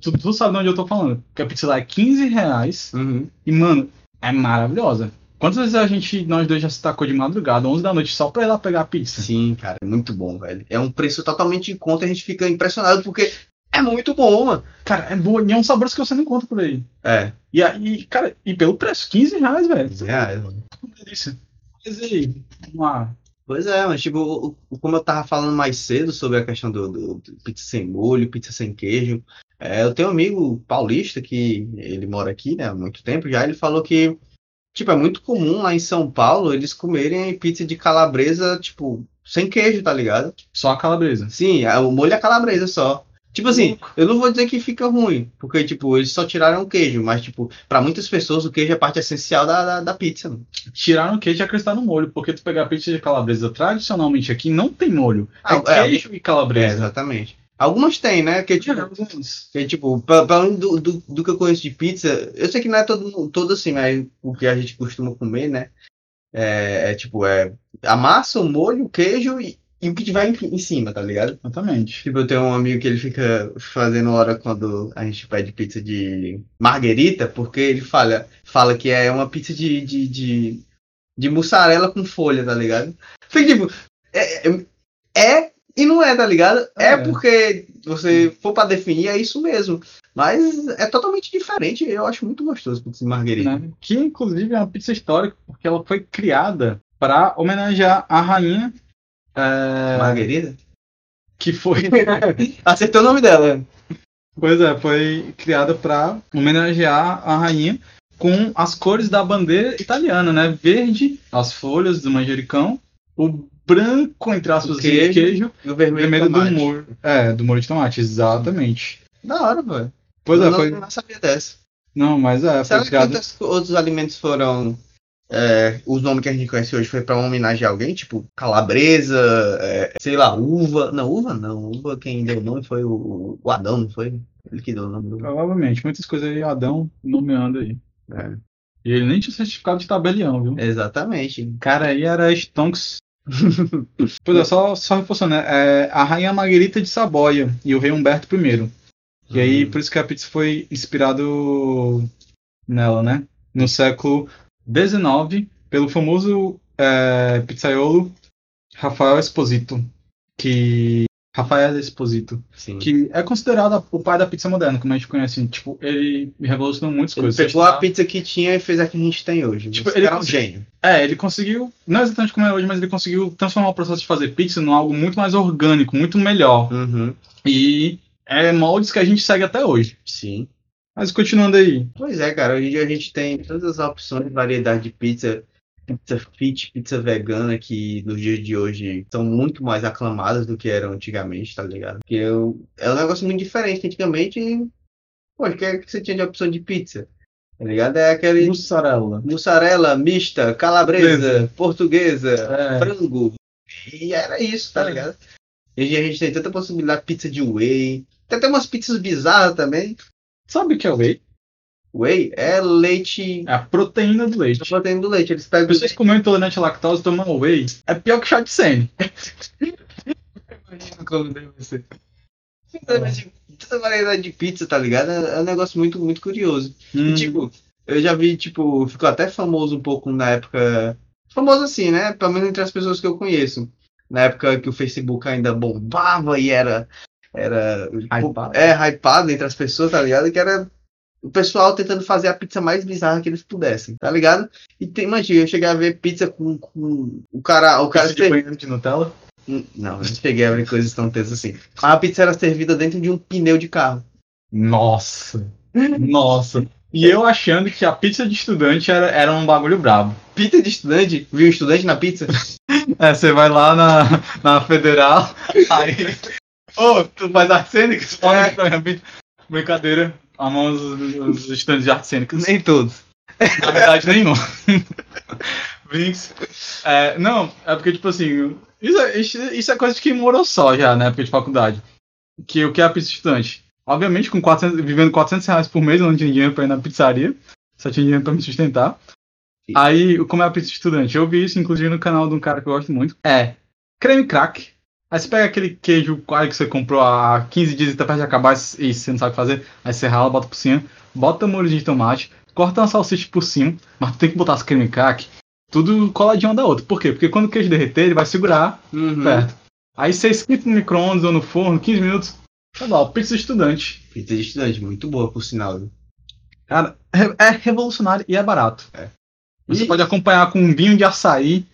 tu, tu sabe de onde eu tô falando. Que a pizza lá é 15 reais. Uhum. E, mano, é maravilhosa. Quantas vezes a gente, nós dois, já se tacou de madrugada, 11 da noite, só pra ir lá pegar a pizza? Sim, cara, é muito bom, velho. É um preço totalmente em conta e a gente fica impressionado porque é muito bom, mano. Cara, é boa. E é um sabor que você não encontra por aí. É, E aí, cara, e pelo preço, 15 reais, velho. é, mano. Uma delícia. Mas e aí, vamos lá. Pois é, mas tipo, o- o- como eu tava falando mais cedo sobre a questão do, do- do pizza sem molho, pizza sem queijo, é, eu tenho um amigo paulista que ele mora aqui, né, há muito tempo já, ele falou que Tipo, é muito comum lá em São Paulo eles comerem pizza de calabresa, tipo, sem queijo, tá ligado? Só a calabresa. Tipo Sim, é- o molho é calabresa só. Tipo assim, Uhum. eu não vou dizer que fica ruim, porque, tipo, eles só tiraram o queijo, mas, tipo, pra muitas pessoas o queijo é parte essencial da, da, da pizza. né? mano. Tiraram o queijo e acrescentaram no molho, porque tu pegar a pizza de calabresa tradicionalmente aqui não tem molho. Ah, é é. queijo e É, calabresa. exatamente. Algumas tem, né? Que, tipo, É, Que, tipo, pe- pelo menos do, do, do que eu conheço de pizza, eu sei que não é todo, mu- todo assim, mas o que a gente costuma comer, né? É, é tipo, é a massa, o molho, o queijo e, e o que tiver em, em cima, tá ligado? Exatamente. Tipo, eu tenho um amigo que ele fica fazendo hora quando a gente pede pizza de marguerita, porque ele fala, fala que é uma pizza de, de, de, de mussarela com folha, tá ligado? Fica tipo, é, é- é e não é, tá ligado? É, É. porque você for pra definir, é isso mesmo. Mas é totalmente diferente, eu acho muito gostoso pizza de marguerita. né? Que inclusive é uma pizza histórica, porque ela foi criada para homenagear a rainha é, Marguerita? que foi. Acertou o nome dela. Pois é, foi criada para homenagear a rainha com as cores da bandeira italiana, né? Verde, as folhas do manjericão, o branco, entre aspas, O assim, do queijo, queijo, E e o o vermelho vermelho do tomate. molho. É, do molho de tomate, exatamente. Da hora, velho. Pois eu é, não, foi. não sabia dessa. Não, mas é, foi Será que criada. outros, outros alimentos foram. é, os nomes que a gente conhece hoje foi pra homenagear alguém? Tipo, calabresa, é, sei lá, uva. Não, uva não. Uva quem deu o nome foi o, o Adão, não foi? Ele que deu o nome do. Provavelmente, muitas coisas aí Adão nomeando aí. É. E ele nem tinha certificado de tabelião, viu? Exatamente. O cara aí era Stonks. pois é, só, só reforçando, né? É, a rainha Margarita de Saboia e o rei Humberto I. E aí, Uhum. por isso que a pizza foi inspirado nela, né? No século XIX, pelo famoso é, pizzaiolo Rafael Esposito, que... Rafael Esposito, Sim. que é considerado o pai da pizza moderna, como a gente conhece. assim, Tipo, ele revolucionou muitas Ele coisas. pegou a pizza que tinha e fez a que a gente tem hoje. Tipo, Tipo, ele ele era um conseguiu- gênio. É, ele conseguiu, não exatamente como é hoje, mas ele conseguiu transformar o processo de fazer pizza num algo muito mais orgânico, muito melhor. Uhum. E é moldes que a gente segue até hoje. Sim. Mas continuando aí, Pois é, cara, hoje em dia a gente tem todas as opções, variedade de pizza, pizza fit, pizza vegana, que nos dias de hoje são muito mais aclamadas do que eram antigamente, tá ligado? Porque eu, é um negócio muito diferente. Antigamente, pô, o que é que você tinha de opção de pizza? Tá ligado? É aquele mussarela. mussarela mista, calabresa, portuguesa, É, frango. E era isso, tá É. ligado? Hoje em dia a gente tem tanta possibilidade, pizza de whey, tem até umas pizzas bizarras também. sabe o que é o whey? Whey é leite É a proteína do a leite. proteína do tá leite. Eles pegam. Pessoas que comem intolerante à lactose tomam whey. É pior que chá de sene. Toda variedade de pizza, tá ligado? É é um negócio muito, muito curioso. Hum. E, tipo, eu já vi, tipo, ficou até famoso um pouco na época. Famoso assim, né? Pelo menos entre as pessoas que eu conheço. Na época que o Facebook ainda bombava e era. Era. Hypado. É, hypado entre as pessoas, tá ligado? Que era o pessoal tentando fazer a pizza mais bizarra que eles pudessem, tá ligado? E tem, imagina, eu cheguei a ver pizza com. com o cara. O cara Pizza de banho de Nutella? Hum, Não, eu não cheguei a ver coisas tão tensas assim. A pizza era servida dentro de um pneu de carro. Nossa, nossa. E eu achando que a pizza de estudante era, era um bagulho brabo. Pizza de estudante? Viu um estudante na pizza? É, você vai lá na, na federal, aí. Ô, tu faz arte cênica? Tu fala É. que tá na pizza? Brincadeira. Amamos os, os estudantes de arte cênica. Nem todos. Na verdade, nenhum. Brinks. É, não, é porque, tipo assim, isso é, isso- isso é coisa de quem morou só já na época de faculdade. Que o que é a pizza estudante? Obviamente, com 400, vivendo 400 reais por mês, eu não tinha dinheiro pra ir na pizzaria. Só tinha dinheiro pra me sustentar. Sim. Aí, como é a pizza estudante? Eu vi isso, inclusive, no canal de um cara que eu gosto muito. É creme crack. Aí você pega aquele queijo coalho que você comprou há 15 dias e tá perto de acabar e você não sabe fazer. Aí você rala, bota por cima, bota molho de tomate, corta uma salsicha por cima, mas tu tem que botar as creme crack, tudo coladinho uma da outra. Por quê? Porque quando o queijo derreter, ele vai segurar Certo. perto. Aí você esquenta no micro-ondas ou no forno, 15 minutos, tá lá, o pizza estudante. Pizza de estudante, muito boa, por sinal. viu? Cara, é, é revolucionário e é barato. Você E- pode acompanhar com um vinho de açaí.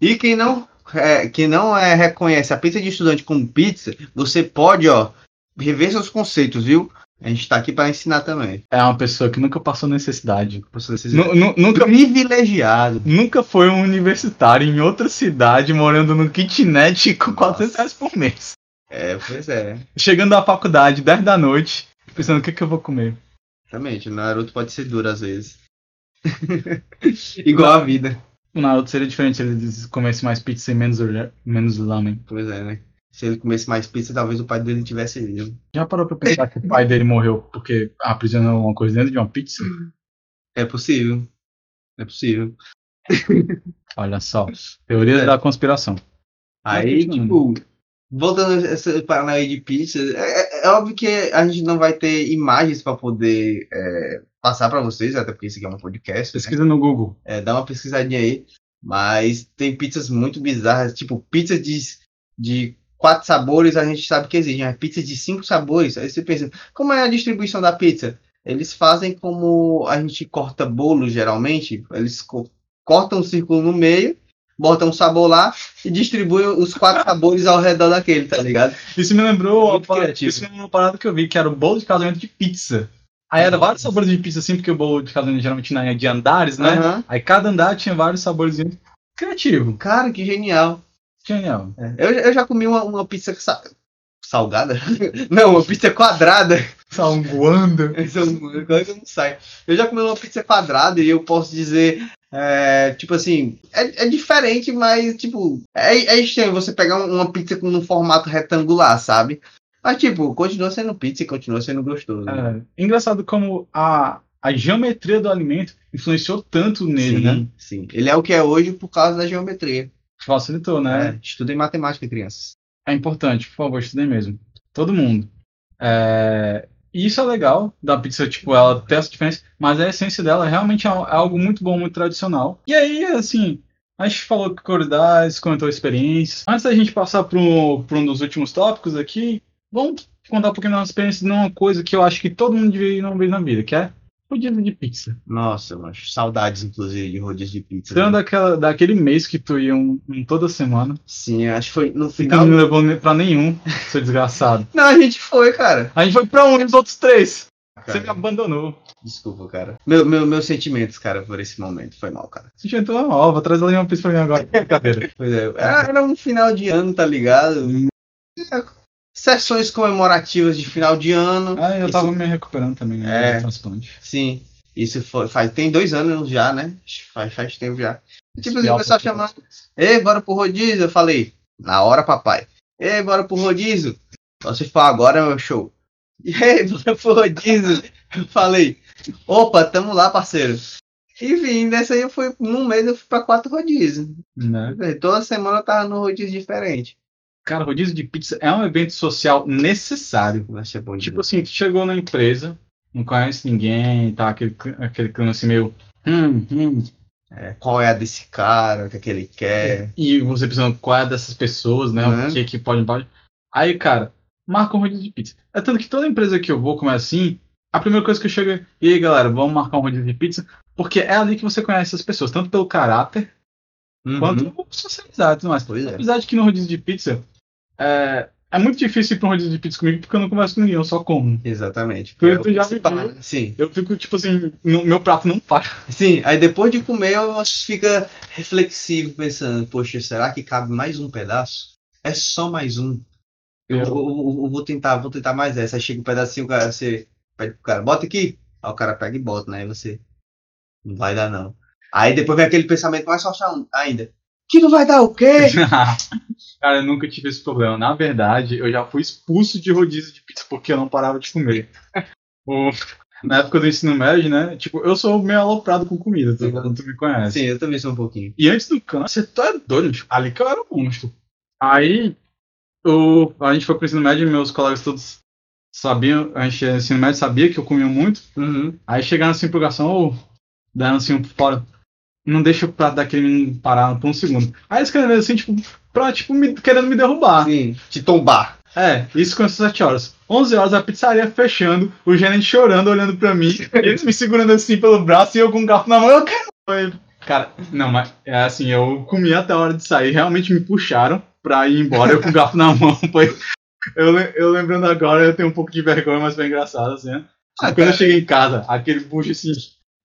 E quem não, é, quem não é, reconhece a pizza de estudante como pizza, você pode, ó, rever seus conceitos, viu? A gente tá aqui pra ensinar também. É uma pessoa que nunca passou necessidade. Professor, vocês- Nu- nu- nunca, Privilegiado. nunca foi um universitário em outra cidade morando num kitnet com Nossa. 400 reais por mês. É, pois é. Chegando da faculdade, 10 da noite, pensando o que, que eu vou comer. Exatamente. O Naruto pode ser duro às vezes. Igual a vida. O Naruto seria diferente se ele comesse mais pizza e menos, ura- menos lamen. Pois é, né? Se ele comesse mais pizza, talvez o pai dele tivesse ido. Já parou pra pensar que o pai dele morreu porque aprisionou alguma coisa dentro de uma pizza? É possível. É possível. Olha só, teorias É. da conspiração. Aí, continuando. tipo, voltando a essa parada aí de pizza, é, é- é óbvio que a gente não vai ter imagens pra poder é, passar pra vocês, até porque isso aqui é um podcast. né? Pesquisa no Google. É, dá uma pesquisadinha aí. Mas tem pizzas muito bizarras, tipo pizza de, de quatro sabores a gente sabe que existe, mas pizza de cinco sabores, aí você pensa, como é a distribuição da pizza? Eles fazem como a gente corta bolo geralmente, eles co- cortam um círculo no meio, botam um sabor lá e distribuem os quatro sabores ao redor daquele, tá ligado? Isso me lembrou uma Muito parada, criativo. isso me lembrou uma parada que eu vi, que era o bolo de casamento de pizza. Aí era vários sabores de pizza, assim, porque o bolo de casamento geralmente não é de andares, né? Aham. Aí cada andar tinha vários sabores. né, Criativo. Cara, que genial. Genial. É, Eu, eu já comi uma, uma pizza sa- salgada? Não, uma pizza quadrada. Sanguando. Esse é um- coisa que não sai. Eu já comi uma pizza quadrada e eu posso dizer. é, tipo assim, é, é diferente, mas tipo, é, é estranho você pegar um- uma pizza com um formato retangular, sabe? Mas tipo, continua sendo pizza e continua sendo gostoso. né? É, engraçado como a, a geometria do alimento influenciou tanto nele, sim, né? sim. Ele é o que é hoje por causa da geometria. Facilitou, né? É, estudem matemática, crianças. É importante, por favor, estudem mesmo. Todo mundo. É, E isso é legal da pizza, tipo, ela tem essa diferença, mas a essência dela realmente é al- é algo muito bom, muito tradicional. E aí, assim, a gente falou que curiosidades, comentou experiências. Antes da gente passar para um dos últimos tópicos aqui, vamos contar um pouquinho da nossa experiência numa coisa que eu acho que todo mundo deveria ir uma vez na vida, que é rodízio de pizza. Nossa, mano, saudades, inclusive, de rodízio de pizza. Tirando daquela, daquele mês que tu ia um, um toda semana, Sim, acho que foi no e tu não final. me levou ne- pra nenhum, seu desgraçado. Não, a gente foi, cara. A gente foi pra um e os outros três. Você me Cara, abandonou. Desculpa, cara. Meu, meu, meus sentimentos, cara, por esse momento. Foi mal, cara. Você inventou uma nova, traz ela de uma pizza pra mim agora. Brincadeira. Pois é, era era um final de ano, tá ligado? É, Sessões comemorativas de final de ano. Ah, eu Isso- tava me recuperando também, né? É. do transplante. Sim, isso foi, faz, tem dois anos já, né? Faz, faz tempo já. E, Tipo assim, o Espiar pessoal pra- chamando, ei, bora pro rodízio. Eu falei, na hora, papai. Ei, bora pro rodízio. Só se for agora, meu show. Ei, bora pro rodízio. Eu falei, opa, tamo lá, parceiro. Enfim, dessa aí eu fui, num mês eu fui pra quatro rodízios. Né? Toda semana eu tava num rodízio diferente. Cara, rodízio de pizza é um evento social necessário. Nossa, é bom Tipo assim, tu chegou na empresa, não conhece ninguém, tá aquele, cli- aquele clima assim meio. Hum, hum. qual é a desse cara, o que, é que ele quer. E você pensando qual é dessas pessoas, né? Né? O que que pode, pode. Aí, cara, marca um rodízio de pizza. É tanto que toda empresa que eu vou, como é assim, a primeira coisa que eu chego é, e aí, galera, vamos marcar um rodízio de pizza? Porque é ali que você conhece as pessoas, tanto pelo caráter, Quanto? quanto socializar e tudo mais. Uhum. Pois é. Apesar de que no rodízio de pizza, é, é muito difícil ir pra um rodízio de pizza comigo porque eu não converso com ninguém, eu só como. Exatamente. Tu- É o tu já principal, viveu? né? Sim. Eu fico, tipo assim, no- meu prato não para. Sim, aí depois de comer, você fica reflexivo, pensando, poxa, será que cabe mais um pedaço? É só mais um. Eu, Eu- vou- eu vou- eu vou tentar, vou tentar mais essa. Aí chega um pedacinho, o cara, você pede pro cara, bota aqui. Aí o cara pega e bota, né? Aí você. Não vai dar, não. Aí depois vem aquele pensamento mais forte ainda. Que não vai dar o quê? Cara, eu nunca tive esse problema. Na verdade, eu já fui expulso de rodízio de pizza porque eu não parava de comer. O- na época do ensino médio, né? Tipo, eu sou meio aloprado com comida, tu, Sim. tu me conhece. Sim, eu também sou um pouquinho. E antes do câncer, tu é doido, bicho. ali que eu era um monstro. Aí o a gente foi pro ensino médio e meus colegas todos sabiam, a gente no ensino médio sabia que eu comia muito. Uhum. Aí chegaram assim pro garçom, ou deram assim um fora. Não deixa o prato daquele menino parar por um segundo. Aí eles querem assim, tipo, pra, tipo, me- querendo me derrubar. Sim, te tombar. É, isso começou às 7 horas. 11 horas, a pizzaria fechando, o gerente chorando, olhando pra mim, eles me segurando assim pelo braço e eu com um garfo na mão. Eu quero. Foi- Cara, não, mas é assim, eu comi até a hora de sair, realmente me puxaram pra ir embora, eu com o garfo na um mão. Foi, Eu, le- eu lembrando agora, eu tenho um pouco de vergonha, mas foi engraçado, assim. né? Ah, quando eu cheguei em casa, aquele bucho assim,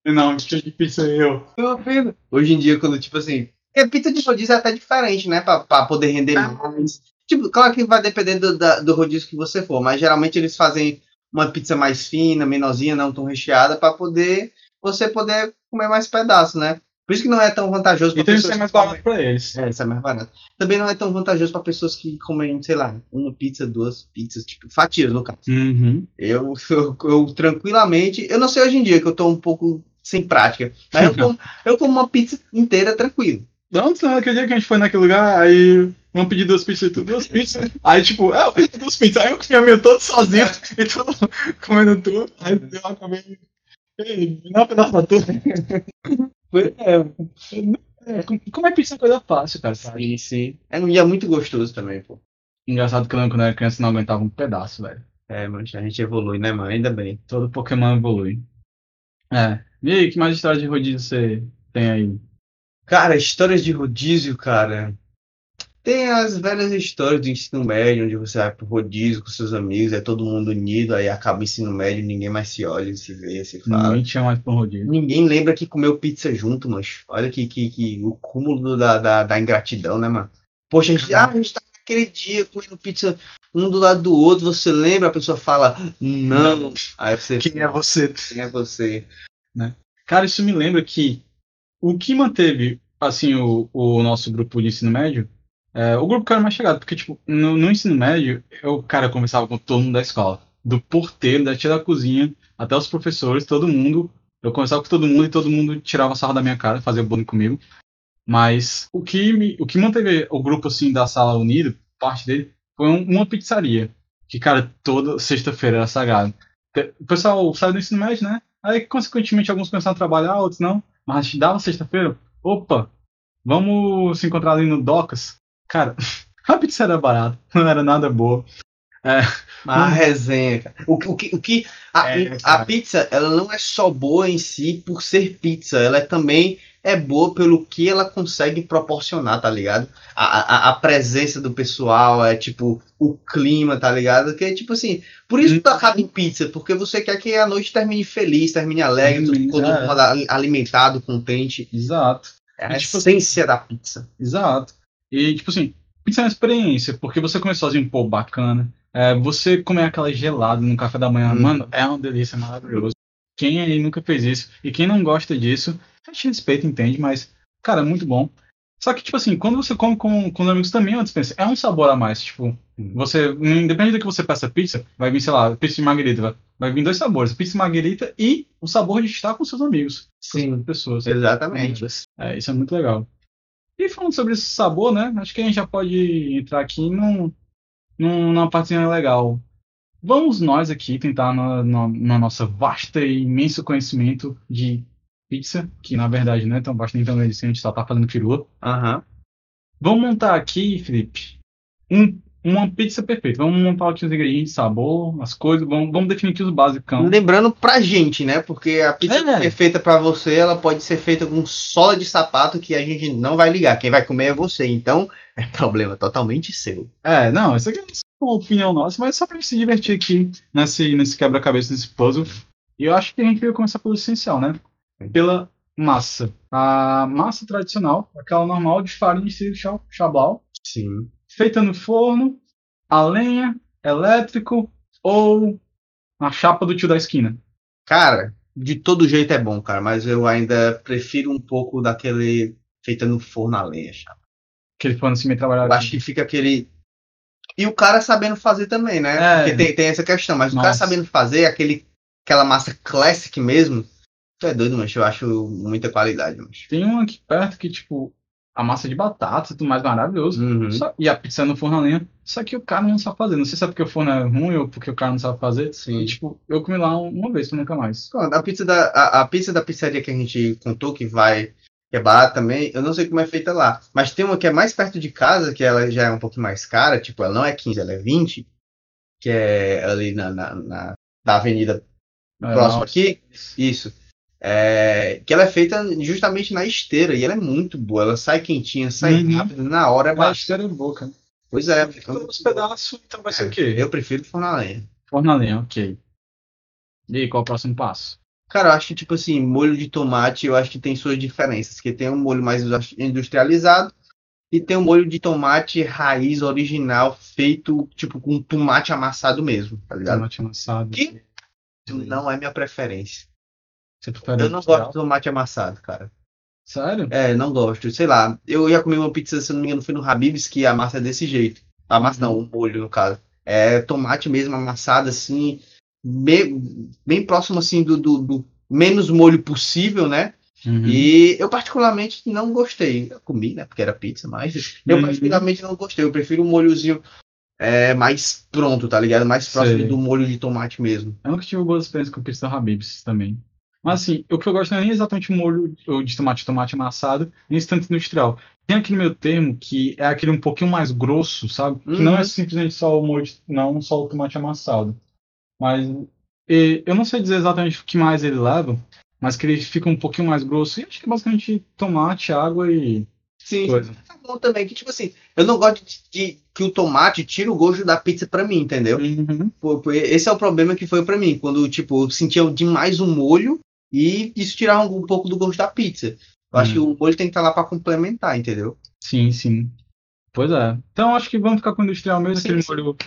enorme, cheio de pizza, eu. Tô vendo. Hoje em dia, quando, tipo assim. É, pizza de rodízio é até diferente, né? Pra, pra poder render Ah. mais. Tipo, claro que vai depender do, da- do rodízio que você for, mas geralmente eles fazem uma pizza mais fina, menorzinha, não tão recheada, pra poder você poder comer mais pedaços, né? Por isso que não é tão vantajoso pra Então isso pessoas é mais que comem- barato pra eles. É, isso é mais barato. Também não é tão vantajoso pra pessoas que comem, sei lá, uma pizza, duas pizzas, tipo, fatias no caso. Uhum. Eu, eu, eu tranquilamente, eu não sei hoje em dia que eu tô um pouco sem prática, mas eu como, eu como uma pizza inteira tranquilo. Não, não, aquele dia que a gente foi naquele lugar, aí vamos pedir duas pizzas e tudo, duas pizzas. Aí, tipo, é, eu pedi duas pizzas. Aí eu comi a minha todo sozinho e todo comendo tudo. Aí eu acabei. Ei, me dá um pedaço da tua. Foi- é, é, como- como é pizza é uma coisa fácil, cara? sabe? Sim, sim. É, e é muito gostoso também, pô. Engraçado que eu lembro quando eu era criança não aguentava um pedaço, velho. É, mano, a gente evolui, né, mano? Ainda bem. Todo Pokémon evolui. É. E aí, que mais história de rodízio você tem aí? Cara, histórias de rodízio, cara. Tem as velhas histórias do ensino médio, onde você vai pro rodízio com seus amigos, é todo mundo unido, aí acaba o ensino médio, ninguém mais se olha, se vê, se fala. Ninguém te chama mais pra um rodízio. Ninguém lembra que comeu pizza junto, mano. Olha que, que, que o cúmulo da, da, da ingratidão, né, mano? Poxa, a gente, ah, a gente tá naquele dia comendo pizza um do lado do outro, você lembra? A pessoa fala, não. Aí você. você? Quem é você? Cara, isso me lembra que o que manteve, assim, o, o nosso grupo de ensino médio, é, o grupo que era mais chegado, porque, tipo, no, no ensino médio, eu, cara, eu conversava com todo mundo da escola. Do porteiro, da tia da cozinha, até os professores, todo mundo. Eu conversava com todo mundo e todo mundo tirava sarro da minha cara, fazia bullying comigo. Mas o que, me, o que manteve o grupo, assim, da sala unido, parte dele, foi um- uma pizzaria. Que, cara, toda sexta-feira era sagrado. Te- O pessoal saiu do ensino médio, né? Aí, consequentemente, alguns começaram a trabalhar, outros não. Mas dava sexta-feira, opa, vamos se encontrar ali no Docas. Cara, a pizza era barata, não era nada boa. A resenha, cara. O, que- o que, o que a, É, a cara. pizza, ela não é só boa em si por ser pizza, ela também é boa pelo que ela consegue proporcionar, tá ligado? A, a, a presença do pessoal, é tipo o clima, tá ligado? Que é tipo assim, por isso Hum. tu acaba em pizza, porque você quer que a noite termine feliz, termine alegre, Hum, todo é. mundo ali- alimentado, contente. Exato, É a E, tipo, essência da pizza. exato. E, tipo assim, pizza é uma experiência, porque você comer sozinho, pô, bacana. É, você comer aquela gelada no café da manhã, Hum. mano, é uma delícia, é maravilhoso. Quem aí nunca fez isso, e quem não gosta disso, a gente respeita, entende, mas, cara, é muito bom. Só que, tipo assim, quando você come com, com os amigos também é uma dispensa. É um sabor a mais, tipo, Você, independente do que você peça pizza, vai vir, sei lá, pizza de marguerita. Vai, vai vir dois sabores, pizza de marguerita e o sabor de estar com seus amigos, Sim, pessoas. exatamente. É, isso é muito legal. E falando sobre esse sabor, né? Acho que a gente já pode entrar aqui num, num- numa partezinha legal. Vamos nós aqui tentar, na, na, na nossa vasta e imenso conhecimento de pizza, que na verdade não é tão vasto nem tão grande assim, a gente só tá fazendo pirula. Aham. Vamos montar aqui, Felipe, um- uma pizza perfeita. Vamos montar aqui os ingredientes, sabor, as coisas. Vamos, vamos definir aqui os Então. basicão. Lembrando pra gente, né? Porque a pizza É. que é feita pra você, ela pode ser feita com sola de sapato que a gente não vai ligar. Quem vai comer é você. Então, é problema totalmente seu. É, não, isso aqui é uma opinião nossa, mas só pra gente se divertir aqui nesse, nesse quebra-cabeça, nesse puzzle. E eu acho que a gente vai começar pelo essencial, né? Pela massa. A massa tradicional, aquela normal de farinha de trigo chá- chablau, Sim. feita no forno, a lenha, elétrico ou na chapa do tio da esquina. Cara, de todo jeito é bom, cara. Mas eu ainda prefiro um pouco daquele feita no forno a lenha, chapa. Que ele falando assim, meio trabalhado. Eu acho que fica aquele. E o cara sabendo fazer também, né? É. Porque tem, tem essa questão. Mas o cara Nossa. sabendo fazer, aquele, aquela massa classic mesmo. Tu é doido, mas eu acho muita qualidade, mas. Tem um aqui perto que, tipo, a massa de batata e tudo mais maravilhoso. Uhum. Só- e a pizza no forno a lenha. Só que o cara não sabe fazer. Não sei se é porque o forno é ruim ou porque o cara não sabe fazer. Sim. E, tipo, eu comi lá um- uma vez, nunca mais. Pronto, a pizza da, a, a pizza da pizzaria que a gente contou que vai que é barata também, eu não sei como é feita lá. Mas tem uma que é mais perto de casa, que ela já é um pouquinho mais cara, tipo, ela não é 15, ela é 20, que é ali na, na, na, na avenida É, próxima não. aqui. Isso. É, que ela é feita justamente na esteira e ela é muito boa. Ela sai quentinha, sai Uhum. rápido, na hora é Eu baixa. acho que era boa, cara. Pois é. Fica os pedaços, então vai ser o quê? Eu prefiro forno a lenha. Forno a lenha, ok. E aí, qual é o próximo passo? Cara, eu acho que, tipo assim, molho de tomate, eu acho que tem suas diferenças. Que tem um molho mais industrializado e tem um molho de tomate raiz original, feito, tipo, com tomate amassado mesmo, tá ligado? Tomate amassado. Que? Não é minha preferência. Você prefere Eu não industrial? gosto de tomate amassado, cara. Sério? É, não gosto. Sei lá, eu ia comer uma pizza, se eu não me engano, foi no Habib's, que a massa é desse jeito. A massa não, o molho, no caso. É tomate mesmo, amassado, assim, bem, bem próximo, assim, do, do- do menos molho possível, né? Uhum. E eu particularmente não gostei. Eu comi, né? Porque era pizza, mas eu Uhum. particularmente não gostei. Eu prefiro um molhozinho é, mais pronto, tá ligado? Mais próximo Sei. do molho de tomate mesmo. Eu nunca tive boas experiências com pizza Habib's também. Mas assim, o que eu gosto não é nem exatamente o molho ou de tomate, tomate amassado, nem tanto industrial. Tem aquele meu termo que é aquele um pouquinho mais grosso, sabe? Que não é Uhum. simplesmente só o molho, de- não só o tomate amassado. Mas e, eu não sei dizer exatamente o que mais ele leva, mas que ele fica um pouquinho mais grosso. E acho que é basicamente tomate, água e Sim, coisa. tá bom também. Que tipo assim, eu não gosto de, de- que o tomate tira o gosto da pizza pra mim, entendeu? Uhum. Pô, pô, Esse é o problema que foi pra mim, quando tipo, eu sentia demais o molho e isso tirava um pouco do gosto da pizza. Eu acho Hum. que o molho tem que estar lá pra complementar, entendeu? Sim, sim. Pois é. Então acho que vamos ficar com o industrial mesmo, Sim, aquele sim. molho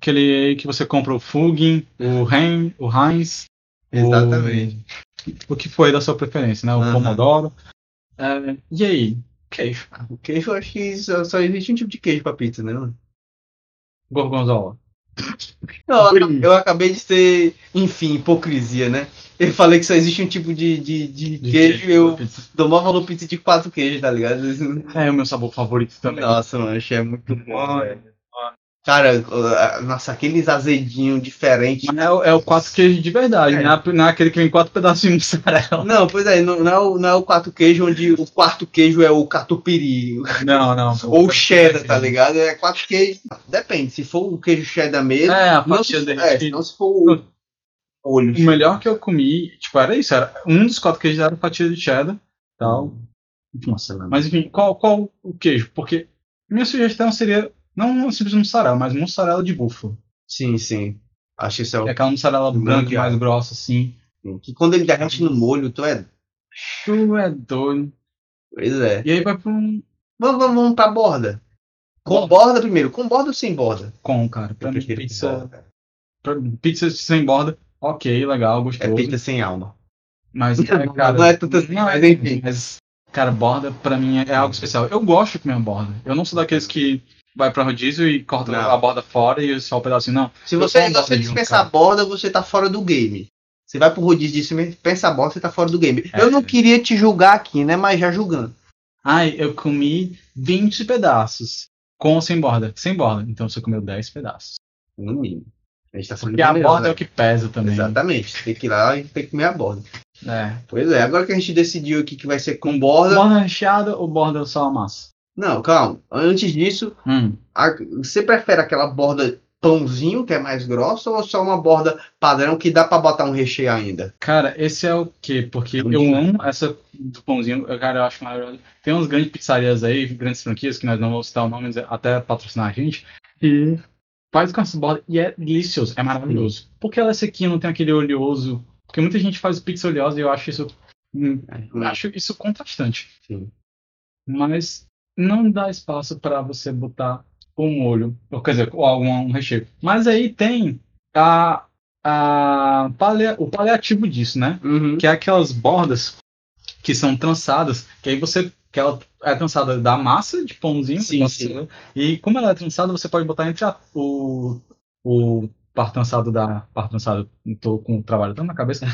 aquele que você compra o Fugin, o É. Ren, o Heinz, o- o que foi da sua preferência, né? O Aham. Pomodoro. É, e aí? Queijo. O queijo, eu acho que só, só existe um tipo de queijo pra pizza, né? mano? Gorgonzola. Não, Ui. eu acabei de ser, enfim, hipocrisia, né? Eu falei que só existe um tipo de, de, de De queijo né? e eu pizza. dou maior valor pizza de quatro queijos, tá ligado? É o meu sabor favorito também. Nossa, mano, achei muito bom. Olha, velho. Cara, ah, nossa, aqueles azedinhos diferentes. Mas é, o- é o quatro queijos de verdade, É. né? Não é aquele que vem quatro pedacinhos de mussarela. Não, pois é, não, não, é o, não é o quatro queijo onde o quarto queijo é o catupiry Não, não. ou o cheddar, tá ligado? É quatro queijos. Depende, se for o queijo cheddar mesmo. É, a não, fatia se, derretida. é, não se for o olho. O melhor que eu comi, tipo, era isso, era um dos quatro queijos era fatia de cheddar, tal. Nossa, mano. Mas enfim, qual, qual o queijo? Porque minha sugestão seria não uma simples mussarela, mas mussarela de búfalo. Sim, sim. Acho que isso é É o. aquela mussarela branca Branca. mais grossa assim. Que quando ele derrete no molho, tu é. Tu é doido. Pois é. E aí vai pra um Vamos, vamos, vamos pra borda. Com borda primeiro. Com borda ou sem borda? com, cara. Pra Eu mim, prefiro com pizza, borda. pra, pizza sem borda, ok, legal, É gostoso. pizza sem alma. Mas, é, cara, Não é tanto assim, mas enfim. Mas, cara, borda pra mim é algo especial. Eu gosto de comer uma borda. Eu não sou daqueles que vai pra rodízio e corta Não. a borda fora e só o pedacinho. Não, Se Eu você como gosta borda de um junto, dispensar cara. borda, você tá fora do game. Você vai pro rodízio disso e pensa a borda, você tá fora do game. É. Eu não queria te julgar aqui, né? Mas já julgando. Ai, eu comi 20 pedaços. Com ou sem borda? Sem borda. Então você comeu 10 pedaços. No mínimo. A gente tá sendo Porque a generoso, borda é né? o que pesa também. Exatamente. Tem que ir lá e tem que comer a borda. É. Pois é, agora que a gente decidiu aqui que vai ser com borda. Borda recheada ou borda só a massa? Não, calma. Antes disso, Hum. A- Você prefere aquela borda pãozinho, que é mais grossa, ou só uma borda padrão que dá pra botar um recheio ainda? Cara, esse é o quê? Porque É eu muito bom. amo essa do pãozinho. eu- Cara, eu acho maravilhoso. Tem umas grandes pizzarias aí, grandes franquias, que nós não vamos citar o nome, é até patrocinar a gente. E faz com essa borda. E é delicioso. É maravilhoso. Porque ela é sequinha, não tem aquele oleoso. Porque muita gente faz pizza oleosa e eu acho isso. hum, Acho isso contrastante. Sim. mas não dá espaço para você botar um molho, ou quer dizer, ou algum um recheio. Mas aí tem a, a palea- o paliativo disso, né? Uhum. Que é aquelas bordas que são trançadas, que aí você que ela é trançada da massa de pãozinho, Sim, nossa, sim. né? e como ela é trançada, você pode botar entre a- o o par trançado da par trançado, não tô com o trabalho tão na cabeça.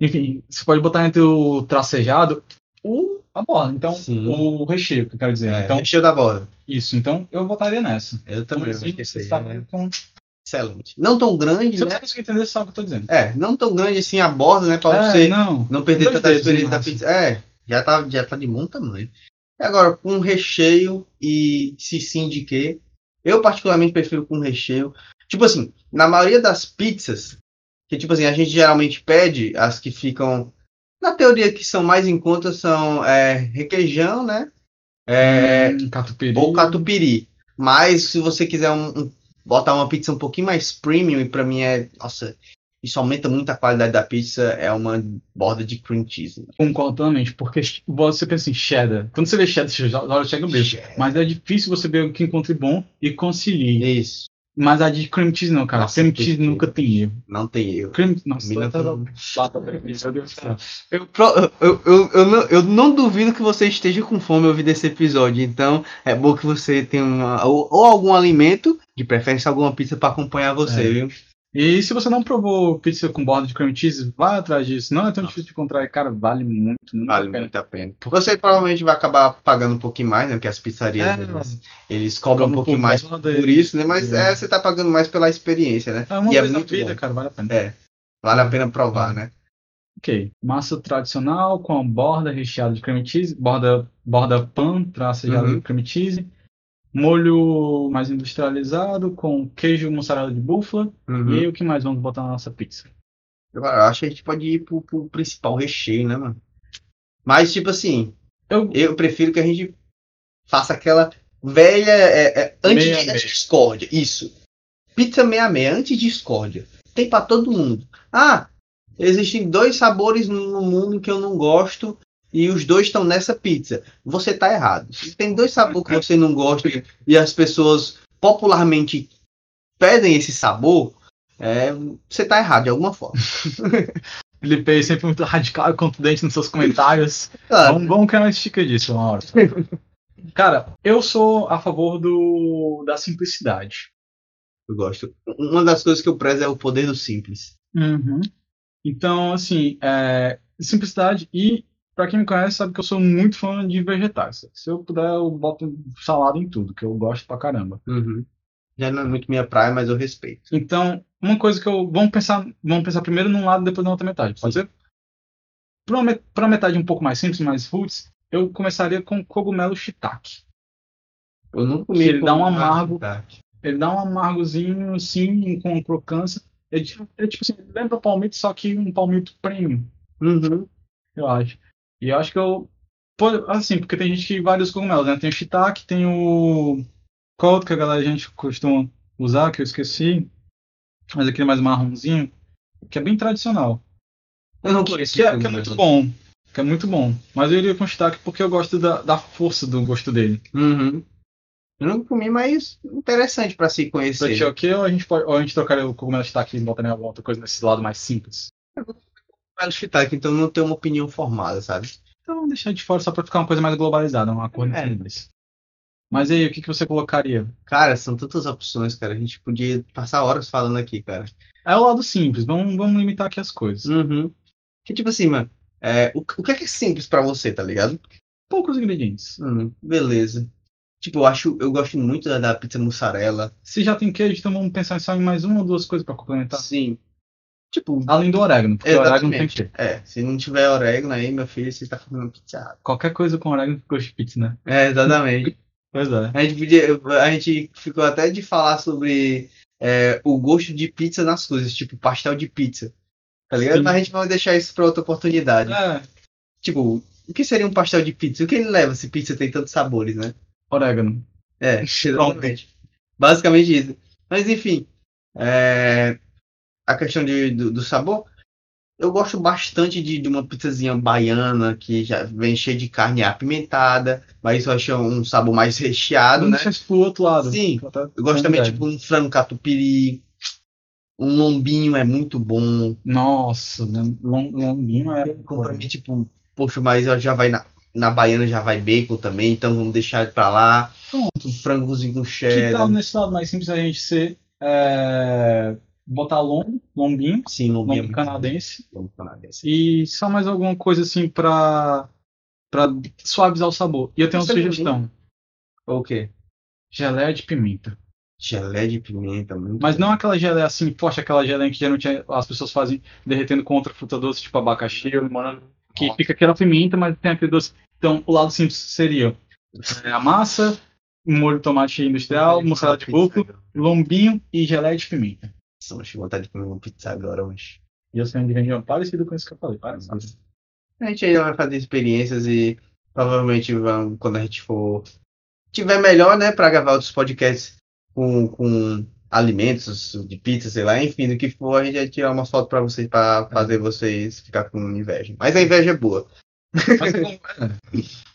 Enfim, você pode botar entre o tracejado o a borda, então Sim. o recheio, que eu quero dizer. É, então, recheio da borda. isso. Então, eu votaria nessa. Eu Pãozinho, você sabe, então, se é Excelente. Não tão grande, você né? conseguir entender, sabe o que eu tô dizendo. É, não tão grande assim a borda, né? Pra É, você não, não. perder dois tanta dedos, experiência no da pizza. É, já tá, já tá de bom tamanho. E agora, com um recheio e se sim de quê? Eu particularmente prefiro com recheio. Tipo assim, na maioria das pizzas, que tipo assim, a gente geralmente pede, as que ficam. Na teoria que são mais em conta são é, requeijão, né? É, Hum, catupiry. ou catupiry. Mas se você quiser um, um- botar uma pizza um pouquinho mais premium, e pra mim é. Nossa, isso aumenta muito a qualidade da pizza, é uma borda de cream cheese. Concordo totalmente, porque você pensa em cheddar. Quando você vê cheddar, você já já chega no beijo. Cheddar. Mas é difícil você ver o que encontre bom e concilie. é Isso, Mas a de cream cheese não, cara. Nossa, cream cheese perfeito. nunca tem erro. não tem erro. Cream... Nossa, Mina tá- tá- tá- tá- meu Deus do céu. Eu, pro- eu, eu, eu, não, eu não duvido que você esteja com fome ouvir desse episódio, então é bom que você tenha uma, ou, ou algum alimento, de preferência alguma pizza pra acompanhar você, É. viu? E se você não provou pizza com borda de cream cheese, vai atrás disso. Não é tão difícil de encontrar. e, Cara, vale muito, muito Vale a pena. muito a pena. Você provavelmente vai acabar pagando um pouquinho mais, né? Porque as pizzarias É, eles, eles cobram um Cobram pouquinho por mais borda por e- isso, né? Mas É. é, você tá pagando mais pela experiência, né? É uma e é vez na muito vida, bom. cara, vale a pena. É. Vale a pena provar, É. né? Ok. Massa tradicional com a borda recheada de creme cheese, borda, borda pan tracejada Uhum. de creme cheese, molho mais industrializado com queijo mussarela de búfala. Uhum. E aí, o que mais vamos botar na nossa pizza? Eu acho que a gente pode ir pro, pro principal recheio, né, mano? Mas, tipo assim, Eu, Eu prefiro que a gente faça aquela velha é, é, anti, Meia-meia. discórdia. Isso. Pizza meia meia, anti discórdia. Tem pra todo mundo. Ah, existem dois sabores no mundo que eu não gosto e os dois estão nessa pizza. Você tá errado. Se tem dois sabores que você não gosta e as pessoas popularmente pedem esse sabor, é, você tá errado de alguma forma. Felipe, é sempre muito radical e contundente nos seus comentários. Claro. Vamos, vamos criar uma estica disso uma hora. Cara, eu sou a favor do, da simplicidade. Eu gosto. Uma das coisas que eu prezo é o poder do simples. Uhum. Então, assim, é, simplicidade e pra quem me conhece sabe que eu sou muito fã de vegetais. Se eu puder, eu boto salada em tudo, que eu gosto pra caramba. Já não é muito minha praia, mas eu respeito. Então, uma coisa que eu vamos pensar, vamos pensar primeiro num lado, depois na outra metade, pode ser? Pra uma, met- pra uma metade um pouco mais simples, mais roots, eu começaria com cogumelo shiitake. Eu não comi. Ele dá um com- amargo. Tá. Ele dá um amargozinho, assim, com crocância. É, tipo- é tipo assim, lembra palmito, só que um palmito premium. Uhum. Eu acho. E eu acho que eu. Pô, assim, porque tem gente que vários cogumelos, né? Tem o shiitake, tem o. Qual outro que a galera a gente costuma usar, que eu esqueci. Mas aquele mais marronzinho, que é bem tradicional. Eu não Que, conheço. é, que é muito bom. Que é muito bom. Mas eu iria com shiitake porque eu gosto da, da força do gosto dele. Uhum. Eu não comi, mas interessante pra se Pra conhecer. ti é o quê? Ou a gente, pode, ou a gente trocaria o cogumelo shiitake e botaria alguma outra coisa nesse lado mais simples? Vale shiitake, então eu não tenho uma opinião formada, sabe? Então vamos deixar de fora só pra ficar uma coisa mais globalizada, uma coisa É. simples. Mas aí, o que, que você colocaria? Cara, são tantas opções, cara. A gente podia passar horas falando aqui, cara. É o lado simples, vamos, vamos limitar aqui as coisas. Uhum. Que tipo assim, mano. é, o, o que é que é simples pra você, tá ligado? Poucos ingredientes. Hum, beleza. Tipo, eu acho, eu gosto muito da, da pizza mussarela. Se já tem queijo, então vamos pensar só em mais uma ou duas coisas pra complementar. Sim. Tá. Tipo, Além do orégano, porque o orégano tem que ter. é, se não tiver orégano aí, meu filho, você tá comendo pizza errada. Qualquer coisa com orégano ficou de pizza, né? É, exatamente. Pois é. A gente, podia, a gente ficou até de falar sobre é, o gosto de pizza nas coisas, tipo pastel de pizza. Tá ligado? Sim. Mas a gente vai deixar isso pra outra oportunidade. É, Tipo, o que seria um pastel de pizza? O que ele leva se pizza tem tantos sabores, né? orégano. É, exatamente. Basicamente isso. Mas enfim, é, a questão de, do, do sabor, eu gosto bastante de, de uma pizzazinha baiana que já vem cheia de carne apimentada, mas eu acho um sabor mais recheado, Não né? deixa Hum, isso pro outro lado. Sim. Tá- tá- Eu gosto também, Verdade. tipo, um frango catupiry. Um lombinho é muito bom. Nossa, né? Long- longuinho é. Como pra mim, tipo, poxa, mas eu já vai na, na baiana, já vai bacon também, então vamos deixar pra lá. Pronto. Um frangozinho com Que cheddar. tal nesse lado mais simples a gente ser. é, botar longo, lombinho, Sim, lombinho. lombo é muito canadense. bom, Lombo canadense. E só mais alguma coisa assim pra, pra suavizar o sabor. E eu tenho uma Isso é lindo, sugestão: O quê? geleia de pimenta. Gelé de pimenta, muito Mas bom. não aquela geleia assim, poxa, aquela geleia que geralmente as pessoas fazem derretendo com outra fruta doce, tipo abacaxi ou limonada, que Nossa. fica aquela pimenta, mas tem aquele doce. Então, o lado simples seria é, a massa, um molho de tomate industrial, mussarela é de búfalo, lombinho e geleia de pimenta. Nossa, mas que vontade de comer uma pizza agora, mas. E eu sei um ingrediente parecido com isso que eu falei, parecido. A gente ainda vai fazer experiências e provavelmente vamos, quando a gente for tiver melhor, né, para gravar outros podcasts com, com alimentos, de pizza, sei lá, enfim, do que for, a gente vai tirar uma foto para vocês, para fazer vocês ficar com inveja. Mas a inveja é boa. Mas você, concorda,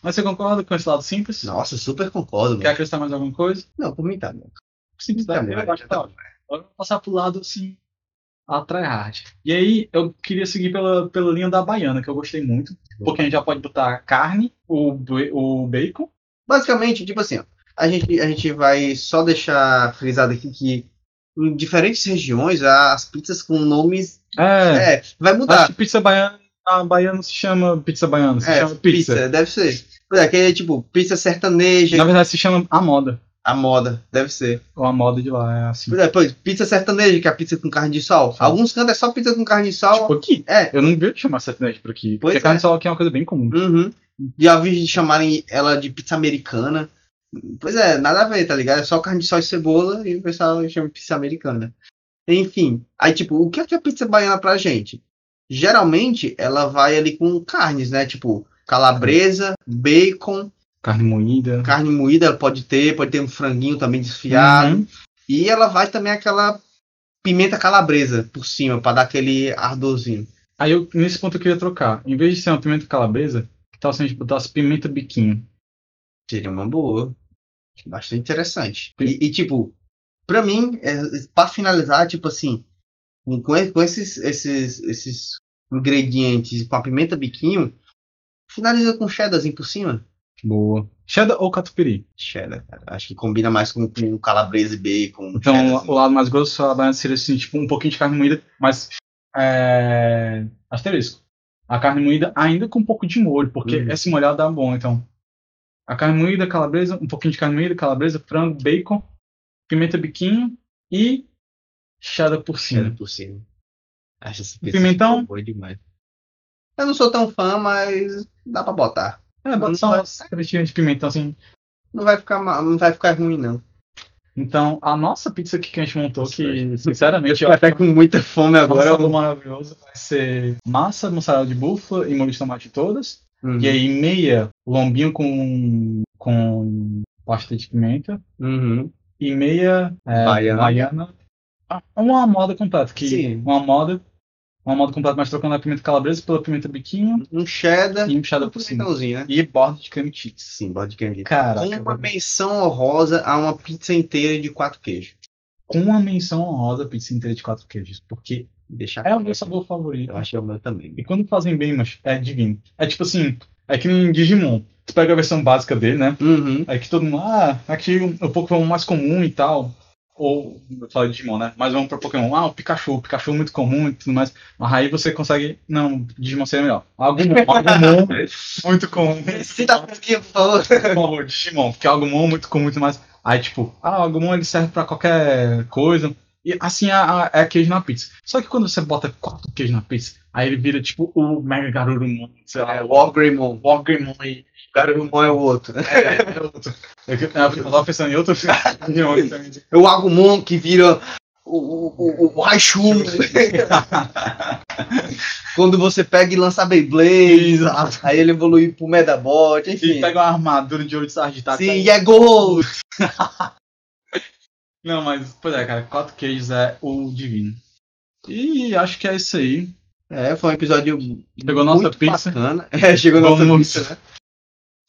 mas você concorda com esse lado simples? Nossa, super concordo, Quer mano. acrescentar mais alguma coisa? Não, por mim tá bom. Tá Simplicidade, bom, eu acho que tá tá ótimo. Agora eu vou passar pro lado assim, a tryhard. E aí, eu queria seguir pela, pela linha da baiana, que eu gostei muito. Porque a gente já pode botar carne, o, ba- o bacon. Basicamente, tipo assim, ó, a gente, a gente vai só deixar frisado aqui que em diferentes regiões as pizzas com nomes É, é, vai acho mudar. que pizza baiana, a baiana não se chama pizza baiana, se É, chama pizza. deve ser. Pois é, que é tipo pizza sertaneja, Na verdade, se chama a moda. a moda, deve ser. Ou a moda de lá, é assim. Pois é, pois, pizza sertaneja, que é a pizza com carne de sol. Sim. Alguns cantos é só pizza com carne de sol. Tipo aqui. É. Eu não devia chamar sertanejo por aqui. Pois porque é. carne de sol aqui é uma coisa bem comum. Uhum. Já vi de chamarem ela de pizza americana. Pois é, nada a ver, tá ligado? É só carne de sol e cebola e o pessoal chama de pizza americana. Enfim, aí tipo, o que é que é pizza baiana pra gente? Geralmente ela vai ali com carnes, né? Tipo, calabresa, bacon, Carne moída. carne moída, ela pode ter, pode ter um franguinho também desfiado. Uhum. E ela vai também aquela pimenta calabresa por cima, pra dar aquele ardorzinho. Aí eu, nesse ponto eu queria trocar. Em vez de ser uma pimenta calabresa, que tal se a gente botasse pimenta biquinho? Seria uma boa. Bastante interessante. E, e, tipo, pra mim, é, pra finalizar, tipo assim, com, com e- com esses, esses, esses ingredientes, com a pimenta biquinho, finaliza com cheddarzinho por cima. Boa. Cheddar ou catupiry? Cheddar, cara. Acho que combina mais com, com calabresa e bacon. Então, cheddarzinho. o lado mais grosso da baiana seria assim, tipo, um pouquinho de carne moída, mas é, asterisco. A carne moída ainda com um pouco de molho, porque Uhum. esse molhado dá bom, então. A carne moída, calabresa, um pouquinho de carne moída, calabresa, frango, bacon, pimenta biquinho e cheddar por cheddar cima. por cima. Acho essa Pimentão? boa demais. Eu não sou tão fã, mas dá pra botar. É, bota só Não umas trechinhas de pimentão assim. Não vai ficar, ma- não vai ficar ruim, não. Então, a nossa pizza aqui que a gente montou, que Nossa. sinceramente eu Tô até com muita fome agora. agora eu- um maravilhoso, vai ser massa, mussarela de búfala e molho de tomate todas. Uhum. E aí meia lombinho com, com pasta de pimenta Uhum. e meia é, Baiana. baiana. Ah, Uma moda completa, que Sim. uma moda, uma moda completa, mas trocando a pimenta calabresa pela pimenta biquinho um cheddar e um cheddar um por cima. pimentãozinho, né? E borda de creme cheese. Sim, bode candy. Caraca, Uma velho. menção honrosa a uma pizza inteira de quatro queijos. com uma menção honrosa à pizza inteira de quatro queijos, porque Deixar é o meu claro. sabor favorito. Eu acho que é o meu também. E quando fazem bem, mas é divino. É tipo assim, é que nem Digimon. Tu pega a versão básica dele, né? Uhum. Aí que todo mundo, ah, aqui um um Pokémon mais comum e tal. Ou, eu falei de Digimon, né? Mas vamos pra Pokémon. Ah, o Pikachu, o Pikachu é muito comum e tudo mais. Mas aí você consegue. Não, Digimon seria melhor. Agumon, Agumon muito comum. Cita por aqui, por favor. Por favor, Digimon, porque Agumon é muito comum e tudo mais. Aí, tipo, ah, o Agumon ele serve pra qualquer coisa. E assim é, é queijo na pizza. Só que quando você bota quatro queijos na pizza, aí ele vira tipo o Mega Garurumon, sei lá, É, Ah, o Wargreymon. Walgreymon e Wargreymon é o outro. é outro. Eu, eu tava pensando em outro filme. de ontem também. É o Agumon que vira o, o, o, o Raichu. Quando você pega e lança a Beyblade. Exato. Aí ele evolui pro Medabot, E enfim. pega uma armadura de olho de tá sargitaco. Sim, e é gol! Não, mas, pois é, cara, quatro queijos é o divino. E acho que é isso aí. É, foi um episódio Chegou nossa muito pizza. bacana. É, chegou nossa Vamos. pizza,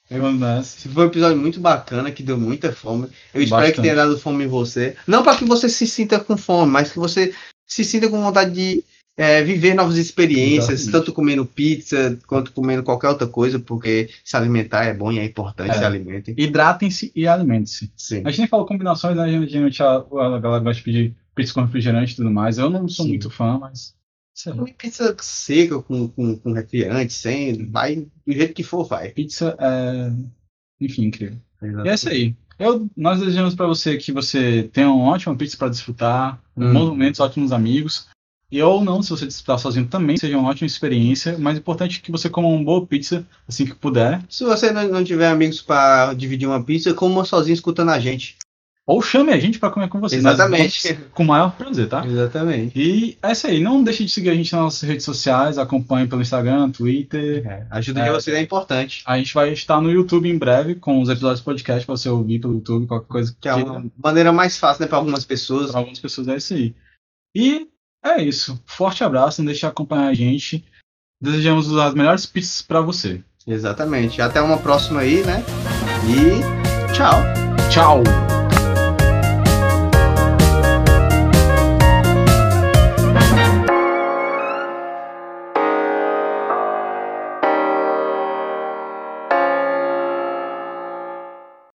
né? Vamos nessa. Esse Foi um episódio muito bacana, que deu muita fome. Eu espero Bastante. que tenha dado fome em você. Não para que você se sinta com fome, mas que você se sinta com vontade de é, viver novas experiências, Exatamente. tanto comendo pizza quanto comendo qualquer outra coisa, porque se alimentar é bom e é importante É. se alimentem. Hidratem-se e alimentem-se. Sim. A gente nem falou combinações, né? Geralmente a, a galera gosta de pedir pizza com refrigerante e tudo mais. Eu não sou Sim. muito fã, mas. Sei lá. Comer pizza seca com, com, com refrigerante, sem, vai do jeito que for, vai. Pizza é. Enfim, incrível. E é isso aí. Eu, nós desejamos para você que você tenha um ótimo pizza para desfrutar, Hum. um bons momentos, ótimos amigos. E ou não, se você desfrutar sozinho também, seja uma ótima experiência. Mas o importante é que você coma uma boa pizza assim que puder. Se você não, não tiver amigos para dividir uma pizza, coma sozinho escutando a gente. Ou chame a gente pra comer com vocês. Exatamente. Nós vamos Com o maior prazer, tá? Exatamente. E é isso aí. Não deixe de seguir a gente nas nossas redes sociais. Acompanhe pelo Instagram, Twitter. Ajuda de É. vocês é importante. A gente vai estar no YouTube em breve com os episódios do podcast pra você ouvir pelo YouTube, qualquer coisa Que é uma maneira mais fácil, né, pra algumas pessoas. Para algumas pessoas é isso aí. E é isso. Forte abraço, não deixe de acompanhar a gente. Desejamos as melhores pizzas pra você. Exatamente. Até uma próxima aí, né? E tchau. Tchau!